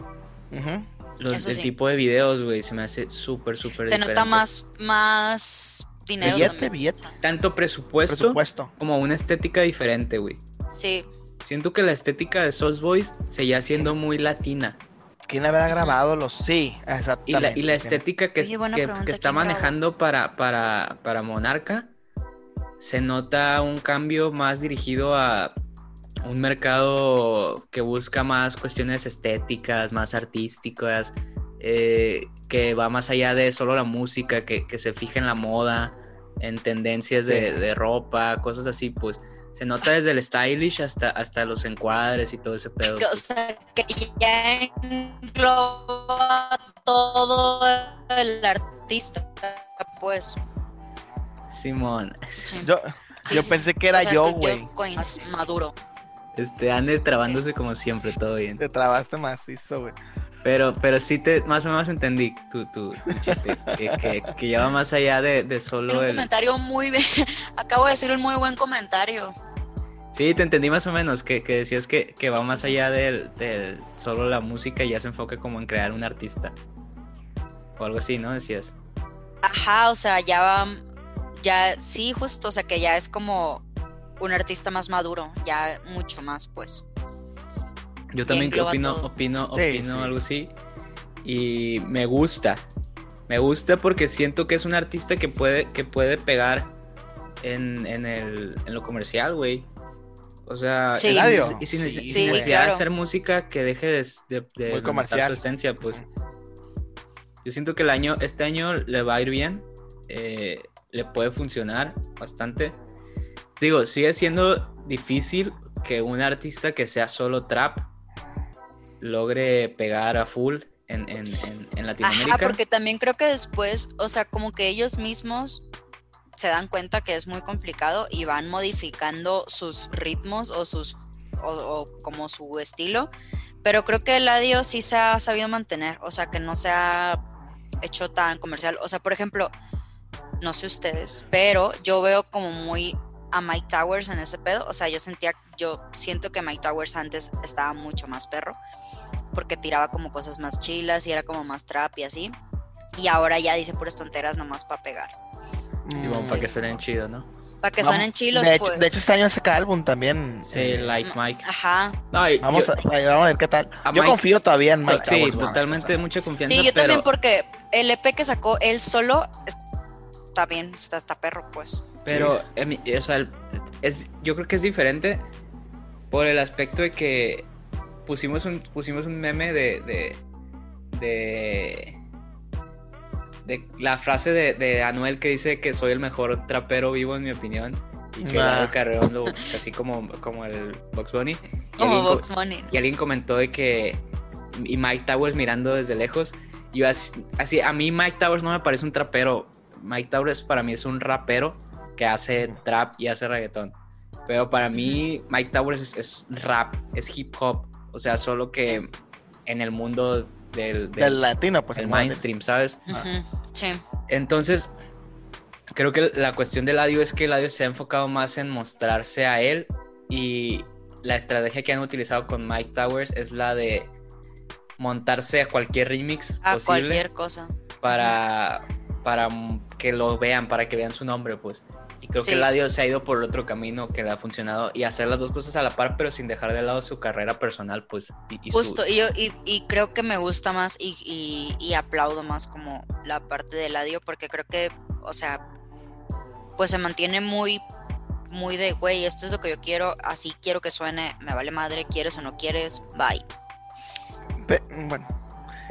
Speaker 3: Ujú.
Speaker 1: Los,
Speaker 2: Eso
Speaker 1: el
Speaker 2: sí.
Speaker 1: tipo de videos, güey, se me hace súper, súper
Speaker 2: Se nota
Speaker 1: diferente.
Speaker 2: más, más dinero.
Speaker 3: Billete,
Speaker 2: también,
Speaker 3: billete.
Speaker 2: o sea,
Speaker 1: Tanto presupuesto,
Speaker 3: Presupuesto.
Speaker 1: como una estética diferente, güey.
Speaker 2: sí,
Speaker 1: Siento que la estética de Sauce Boys seguía siendo muy latina.
Speaker 3: ¿Quién habrá grabado los? Sí, exactamente.
Speaker 1: Y la, y la
Speaker 3: ¿entiendes?
Speaker 1: estética que,
Speaker 2: Oye, buena
Speaker 1: que- que
Speaker 2: pregunta,
Speaker 1: está
Speaker 2: ¿quién grabó?
Speaker 1: manejando para, para, para Monarca, se nota un cambio más dirigido a un mercado que busca más cuestiones estéticas, más artísticas, eh, que va más allá de solo la música, que, que se fija en la moda, en tendencias de,
Speaker 3: Sí.
Speaker 1: de ropa, cosas así, pues se nota desde el stylish hasta, hasta los encuadres y todo ese pedo.
Speaker 2: que- o sea, que ya engloba todo el artista, pues.
Speaker 1: Simón,
Speaker 2: sí.
Speaker 3: Yo,
Speaker 2: Sí,
Speaker 3: yo
Speaker 2: sí,
Speaker 3: pensé que era
Speaker 2: o sea,
Speaker 3: yo,
Speaker 2: que
Speaker 3: güey.
Speaker 2: coin- Más maduro.
Speaker 1: este, ande trabándose como siempre, todo bien.
Speaker 3: Te trabaste macizo, güey.
Speaker 1: Pero, pero sí te más o menos entendí tu, tu, tu chiste, que, que, que ya va más allá de, de
Speaker 2: Tiene
Speaker 1: solo
Speaker 2: un
Speaker 1: el...
Speaker 2: comentario muy bien. Acabo de decir un muy buen comentario.
Speaker 1: Sí, te entendí más o menos, que, que decías que, que va más allá del, del solo la música y ya se enfoca como en crear un artista. O algo así, ¿no? Decías.
Speaker 2: Ajá, o sea, ya va, ya sí, justo, o sea, que ya es como un artista más maduro, ya mucho más, pues.
Speaker 1: Yo también
Speaker 2: engloba
Speaker 1: opino,
Speaker 2: todo.
Speaker 1: opino,
Speaker 3: Sí,
Speaker 1: opino
Speaker 3: sí.
Speaker 1: algo así. Y me gusta. Me gusta porque siento que es un artista que puede, que puede pegar en, en el, en lo comercial, güey. O sea,
Speaker 2: Sí.
Speaker 1: y sin-
Speaker 3: Eladio.
Speaker 1: y sin, y sin
Speaker 4: Sí,
Speaker 1: necesidad
Speaker 2: claro.
Speaker 1: de hacer música que deje de, de- de
Speaker 3: Muy
Speaker 1: matar
Speaker 3: comercial.
Speaker 1: su esencia, pues. Yo siento que el año, este año le va a ir bien. eh, le puede funcionar bastante. Digo, sigue siendo difícil que un artista que sea solo trap logre pegar a full en, en- en- en Latinoamérica.
Speaker 2: Ajá, porque también creo que después, o sea, como que ellos mismos se dan cuenta que es muy complicado y van modificando sus ritmos o sus o, o como su estilo, pero creo que Eladio sí se ha sabido mantener, o sea, que no se ha hecho tan comercial, o sea, por ejemplo, no sé ustedes, pero yo veo como muy a Mike Towers en ese pedo, o sea, yo sentía yo siento que Mike Towers antes estaba mucho más perro porque tiraba como cosas más chilas y era como más trap y así. Y ahora ya dice puras tonteras nomás para pegar.
Speaker 1: Y como
Speaker 3: Mm.
Speaker 1: para que suenen chido, ¿no?
Speaker 2: Para que
Speaker 3: Vam-
Speaker 2: suenen chilos,
Speaker 3: de, hecho-
Speaker 2: pues.
Speaker 3: de hecho, este año saca álbum también.
Speaker 1: Sí,
Speaker 3: eh,
Speaker 1: like Mike.
Speaker 2: Ajá.
Speaker 1: Ay,
Speaker 3: Vamos,
Speaker 1: yo-
Speaker 3: a, ahí vamos a ver qué tal.
Speaker 1: a
Speaker 3: Yo
Speaker 1: Mike-
Speaker 3: confío todavía en Mike.
Speaker 1: sí,
Speaker 3: Towers, la
Speaker 1: totalmente,
Speaker 3: neta.
Speaker 1: mucha confianza.
Speaker 2: Sí, yo
Speaker 1: pero,
Speaker 2: también porque el EP que sacó él solo es- está bien, está, está perro, pues.
Speaker 1: Pero, a mí- o sea, el- es, yo creo que es diferente por el aspecto de que pusimos un, pusimos un meme de. de. de, de la frase de, de Anuel que dice que soy el mejor trapero vivo, en mi opinión. Y que
Speaker 3: Nah.
Speaker 1: Lalo Carreón lo- así como, como el Box Bunny. Y
Speaker 2: Como
Speaker 1: alguien co-
Speaker 2: Vox Money.
Speaker 1: y alguien comentó de que. Y Mike Towers mirando desde lejos. y Yo así, así, a mí Mike Towers no me parece un trapero. Mike Towers para mí es un rapero que hace trap y hace reggaetón. Pero para mí Mike Towers es, es rap, es hip hop. O sea, solo que en el mundo del, del-
Speaker 3: Del latino, pues.
Speaker 1: del
Speaker 3: como-
Speaker 1: mainstream, ¿sabes?
Speaker 2: Ujú, Sí.
Speaker 1: Entonces, creo que la cuestión del Eladio es que Eladio se ha enfocado más en mostrarse a él y la estrategia que han utilizado con Mike Towers es la de montarse a cualquier remix
Speaker 2: A
Speaker 1: posible
Speaker 2: cualquier cosa.
Speaker 1: para, para que lo vean, para que vean su nombre, pues. Y creo que
Speaker 2: Sí.
Speaker 1: Eladio se ha ido por otro camino que le ha funcionado y hacer las dos cosas a la par, pero sin dejar de lado su carrera personal, pues. Y, y su-
Speaker 2: Justo, y, yo- y, y creo que me gusta más y, y- y aplaudo más como la parte del adiós, porque creo que, o sea, pues se mantiene muy, muy de, güey, esto es lo que yo quiero, así quiero que suene, me vale madre, quieres o no quieres, bye.
Speaker 3: Pe- bueno,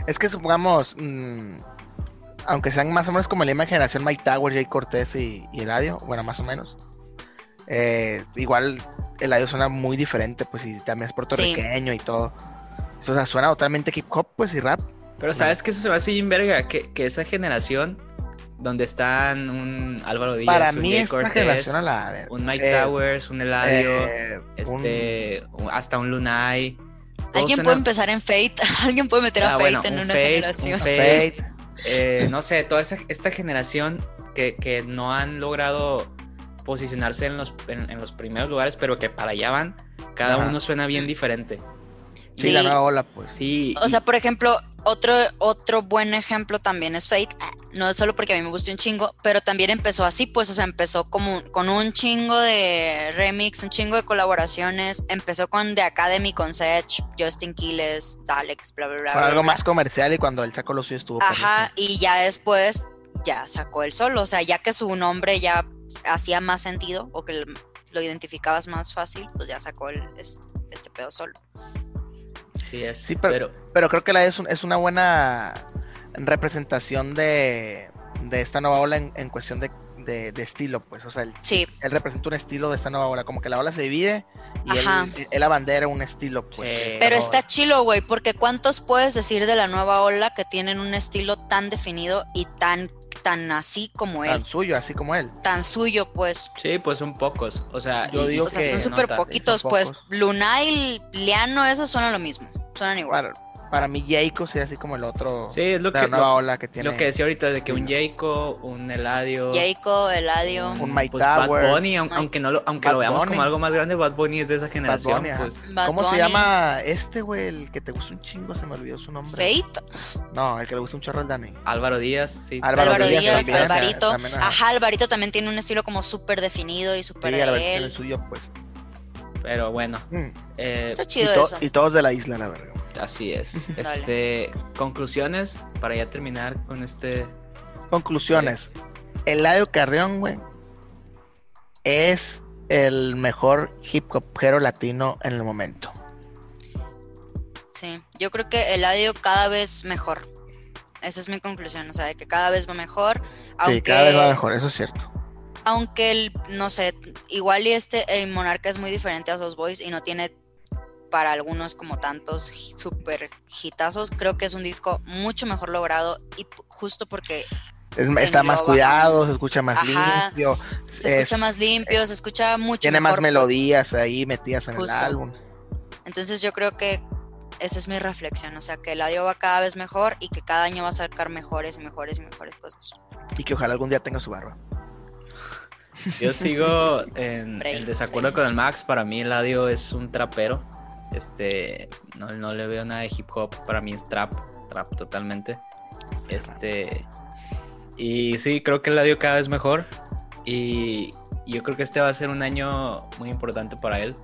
Speaker 3: es que supongamos, mm, aunque sean más o menos como la misma generación, Mike Tower, Jay Cortés y, y Eladio, bueno, más o menos. eh, igual Eladio suena muy diferente, pues, y también es puertorriqueño y todo. O sea, suena totalmente hip hop, pues, y rap.
Speaker 1: Pero sabes que eso se me hace bien verga, que, que esa generación donde están un Álvaro Díaz,
Speaker 3: Para
Speaker 1: un
Speaker 3: mí,
Speaker 1: Jay
Speaker 3: esta
Speaker 1: Cortés,
Speaker 3: generación a la verga.
Speaker 1: un Mike
Speaker 3: eh,
Speaker 1: Towers, un Eladio,
Speaker 3: Eh, un-
Speaker 1: este, un- hasta un Lunay. Todos
Speaker 2: Alguien
Speaker 1: suenan-
Speaker 2: puede empezar en Fate, alguien puede meter a
Speaker 1: Ah,
Speaker 2: Fate
Speaker 1: bueno,
Speaker 2: en
Speaker 1: un
Speaker 2: una
Speaker 1: Fate, un
Speaker 2: generación.
Speaker 1: Fate.
Speaker 3: Fate,
Speaker 1: eh, no sé, toda esa- esta generación que, que no han logrado posicionarse en los, en, en los primeros lugares, pero que para allá van, cada
Speaker 3: Ajá.
Speaker 1: uno suena bien diferente.
Speaker 3: sí, la
Speaker 2: Sí.
Speaker 3: nueva ola, pues.
Speaker 1: Sí,
Speaker 2: O
Speaker 1: y-
Speaker 2: sea, por ejemplo, otro, otro buen ejemplo también es Fate. Ah, No es solo porque a mí me gustó un chingo, pero también empezó así, pues, o sea, empezó como con un chingo de remix, un chingo de colaboraciones. Empezó con The Academy, con Sech, Justin Quiles, Alex, bla, bla, bla.
Speaker 3: Con
Speaker 2: bla,
Speaker 3: algo
Speaker 2: bla.
Speaker 3: más comercial y cuando él sacó lo suyo estuvo.
Speaker 2: Ajá, y ya después ya sacó el solo, o sea, ya que su nombre ya hacía más sentido o que lo identificabas más fácil, pues ya sacó el, es- este pedo solo.
Speaker 1: sí es,
Speaker 3: sí,
Speaker 1: pero,
Speaker 3: Pero creo que la es, un- es una buena representación de, de esta nueva ola en, en cuestión de, de- de estilo, pues. O sea, él,
Speaker 2: Sí,
Speaker 3: él representa un estilo de esta nueva ola. Como que la ola se divide y él,
Speaker 2: Ajá.
Speaker 3: él abandera un estilo, pues.
Speaker 1: Sí,
Speaker 2: Pero está chilo, güey, porque ¿cuántos puedes decir de la nueva ola que tienen un estilo tan definido y tan, tan así como
Speaker 3: tan
Speaker 2: él?
Speaker 3: suyo, así como él.
Speaker 2: Tan suyo, pues.
Speaker 1: sí, pues son pocos. O sea,
Speaker 3: Yo digo
Speaker 2: O sea,
Speaker 3: que
Speaker 2: son
Speaker 1: se
Speaker 2: súper
Speaker 1: nota.
Speaker 2: poquitos,
Speaker 3: son
Speaker 2: pues.
Speaker 3: pocos.
Speaker 2: Luna y Liano, eso suena lo mismo. Suenan igual.
Speaker 3: Bueno, Para mí, Jayco sería así como el otro.
Speaker 1: Sí, es lo
Speaker 3: la
Speaker 1: que,
Speaker 3: nueva
Speaker 1: lo,
Speaker 3: ola que tiene.
Speaker 1: lo que decía ahorita de que un Jayco, un Eladio.
Speaker 2: Jayco, Eladio,
Speaker 3: Un Mike
Speaker 1: pues, Bad
Speaker 3: Towers.
Speaker 1: Bunny, aun-
Speaker 2: Mike-
Speaker 1: aunque, no lo, aunque
Speaker 3: Bad
Speaker 1: lo veamos
Speaker 3: Bunny.
Speaker 1: como algo más grande, Bad Bunny es de esa generación.
Speaker 3: Bunny, ajá.
Speaker 1: pues.
Speaker 2: Bad
Speaker 3: ¿Cómo se
Speaker 2: Bunny,
Speaker 3: llama este, güey? El que te gusta un chingo, se me olvidó su nombre.
Speaker 2: Fate,
Speaker 3: No, el que le gusta un chorro al Dani.
Speaker 1: Álvaro Díaz, sí.
Speaker 2: Álvaro, Díaz,
Speaker 3: también, o sea,
Speaker 2: Alvarito.
Speaker 3: también, ajá.
Speaker 2: Ajá, Alvarito también tiene un estilo como súper definido y súper
Speaker 3: Ah. Sí,
Speaker 2: de
Speaker 3: Alvarito tiene el
Speaker 2: él.
Speaker 3: suyo, pues.
Speaker 1: Pero bueno,
Speaker 3: Mm.
Speaker 1: eh,
Speaker 2: Está
Speaker 3: Y,
Speaker 2: chido
Speaker 3: to-
Speaker 2: eso.
Speaker 3: y todos de la isla, la verga.
Speaker 1: así es.
Speaker 2: Dale.
Speaker 1: este Conclusiones para ya terminar con este.
Speaker 3: Conclusiones. Eladio Carrión, güey, es el mejor hip hopero latino en el momento.
Speaker 2: Sí, yo creo que Eladio cada vez mejor. Esa es mi conclusión, o sea, de que cada vez va mejor. Aunque,
Speaker 3: Sí, cada vez va mejor, eso es cierto.
Speaker 2: aunque el, no sé, igual y este el Monarca es muy diferente a esos Boys y no tiene para algunos como tantos hi- super hitazos, creo que es un disco mucho mejor logrado y p- justo porque
Speaker 3: Es- está más
Speaker 2: engloba.
Speaker 3: cuidado, se escucha más
Speaker 2: Ajá.
Speaker 3: limpio,
Speaker 2: se
Speaker 3: es-
Speaker 2: escucha más limpio, se escucha mucho
Speaker 3: tiene más
Speaker 2: mejor. pues.
Speaker 3: melodías ahí metidas en
Speaker 2: Justo.
Speaker 3: el álbum.
Speaker 2: Entonces yo creo que esa es mi reflexión, o sea, que Eladio va cada vez mejor y que cada año va a sacar mejores y mejores y mejores cosas.
Speaker 3: Y que ojalá algún día tenga su barba.
Speaker 1: Yo sigo en,
Speaker 2: Bray,
Speaker 1: en desacuerdo
Speaker 2: Bray.
Speaker 1: con el Max. Para mí, Eladio es un trapero. Este, no, no le veo nada de hip hop. Para mí es trap, trap totalmente. Este, y sí, creo que Eladio cada vez mejor. Y yo creo que este va a ser un año muy importante para él.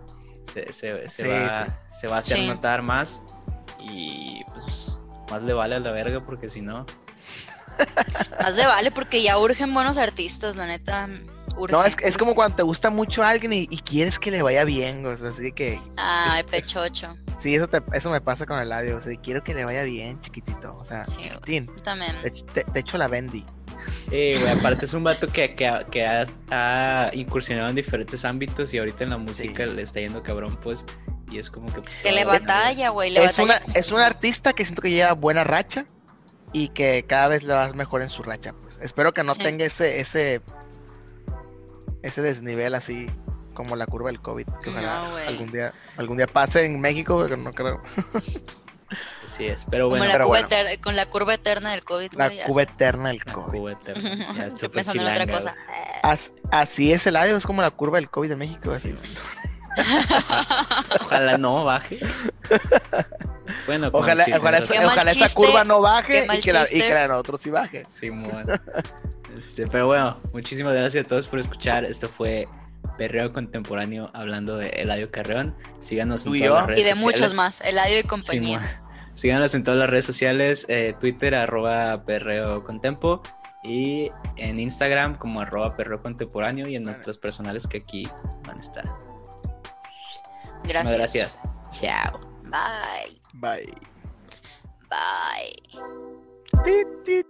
Speaker 1: Se, se- se
Speaker 3: Sí,
Speaker 1: va,
Speaker 3: sí.
Speaker 1: se va a hacer
Speaker 2: Sí.
Speaker 1: notar más. Y pues, más le vale a la verga, porque si no.
Speaker 2: Más le vale porque ya urgen buenos artistas, la neta. urge.
Speaker 3: No, es, es como cuando te gusta mucho alguien y, y quieres que le vaya bien, o sea, así que
Speaker 2: Ay, pechocho.
Speaker 3: sí, eso te- eso me pasa con el Eladio, o sea, quiero que le vaya bien, chiquitito, o sea,
Speaker 2: Sí, güey.
Speaker 3: tin,
Speaker 2: Yo también.
Speaker 3: te, te- te echo la bendy.
Speaker 1: Sí, Eh, güey, aparte es un vato que, que, ha- que ha, ha incursionado en diferentes ámbitos y ahorita en la música
Speaker 3: Sí.
Speaker 1: le está yendo cabrón, pues, y es como que... Pues,
Speaker 2: Que le
Speaker 1: todavía-
Speaker 2: batalla, güey. Le
Speaker 3: Es
Speaker 2: batalla.
Speaker 3: una,
Speaker 2: como-
Speaker 3: es un artista que siento que lleva buena racha y que cada vez le vas mejor en su racha. pues. Espero que no
Speaker 2: Sí.
Speaker 3: tenga ese, ese, ese desnivel así como la curva del COVID. Que ojalá
Speaker 2: No, güey.
Speaker 3: algún día, algún día pase en México, pero no creo.
Speaker 1: Así es, pero
Speaker 2: como
Speaker 1: bueno,
Speaker 2: la
Speaker 3: pero
Speaker 2: cuba
Speaker 3: bueno.
Speaker 2: eter- con la curva eterna del COVID,
Speaker 3: La
Speaker 2: güey, así.
Speaker 3: cuba eterna del
Speaker 1: la
Speaker 3: COVID.
Speaker 1: cubeta, ya esto
Speaker 2: Yo
Speaker 1: fue
Speaker 2: pensando en otra
Speaker 1: chilanga,
Speaker 2: cosa.
Speaker 3: As- así es el audio, es como la curva del COVID de México.
Speaker 1: güey. Sí,
Speaker 3: así.
Speaker 1: güey. Ojalá no baje. Bueno, como
Speaker 3: Ojalá,
Speaker 1: si-
Speaker 3: ojalá,
Speaker 2: Qué mal
Speaker 3: ojalá esa
Speaker 2: chiste,
Speaker 3: curva no
Speaker 2: qué
Speaker 3: baje
Speaker 2: mal
Speaker 3: y que, la, y
Speaker 2: chiste.
Speaker 3: que la de nosotros sí baje.
Speaker 1: Simón. Este, pero bueno, muchísimas gracias a todos por escuchar. Esto fue Perreo Contemporáneo hablando de Eladio Carreón. Síganos
Speaker 3: Tú
Speaker 1: en
Speaker 3: y
Speaker 1: todas
Speaker 3: yo.
Speaker 1: las redes
Speaker 2: Y de muchos
Speaker 1: sociales.
Speaker 2: más. Eladio y compañía.
Speaker 1: Simón. Síganos en todas las redes sociales, eh, Twitter arroba perreo contempo y en Instagram como arroba perreo contemporáneo y en nuestros personales que aquí van a estar. Muchísimas
Speaker 2: gracias.
Speaker 1: gracias. Chao.
Speaker 2: Bye.
Speaker 3: Bye.
Speaker 2: Bye.
Speaker 3: Tit, tit.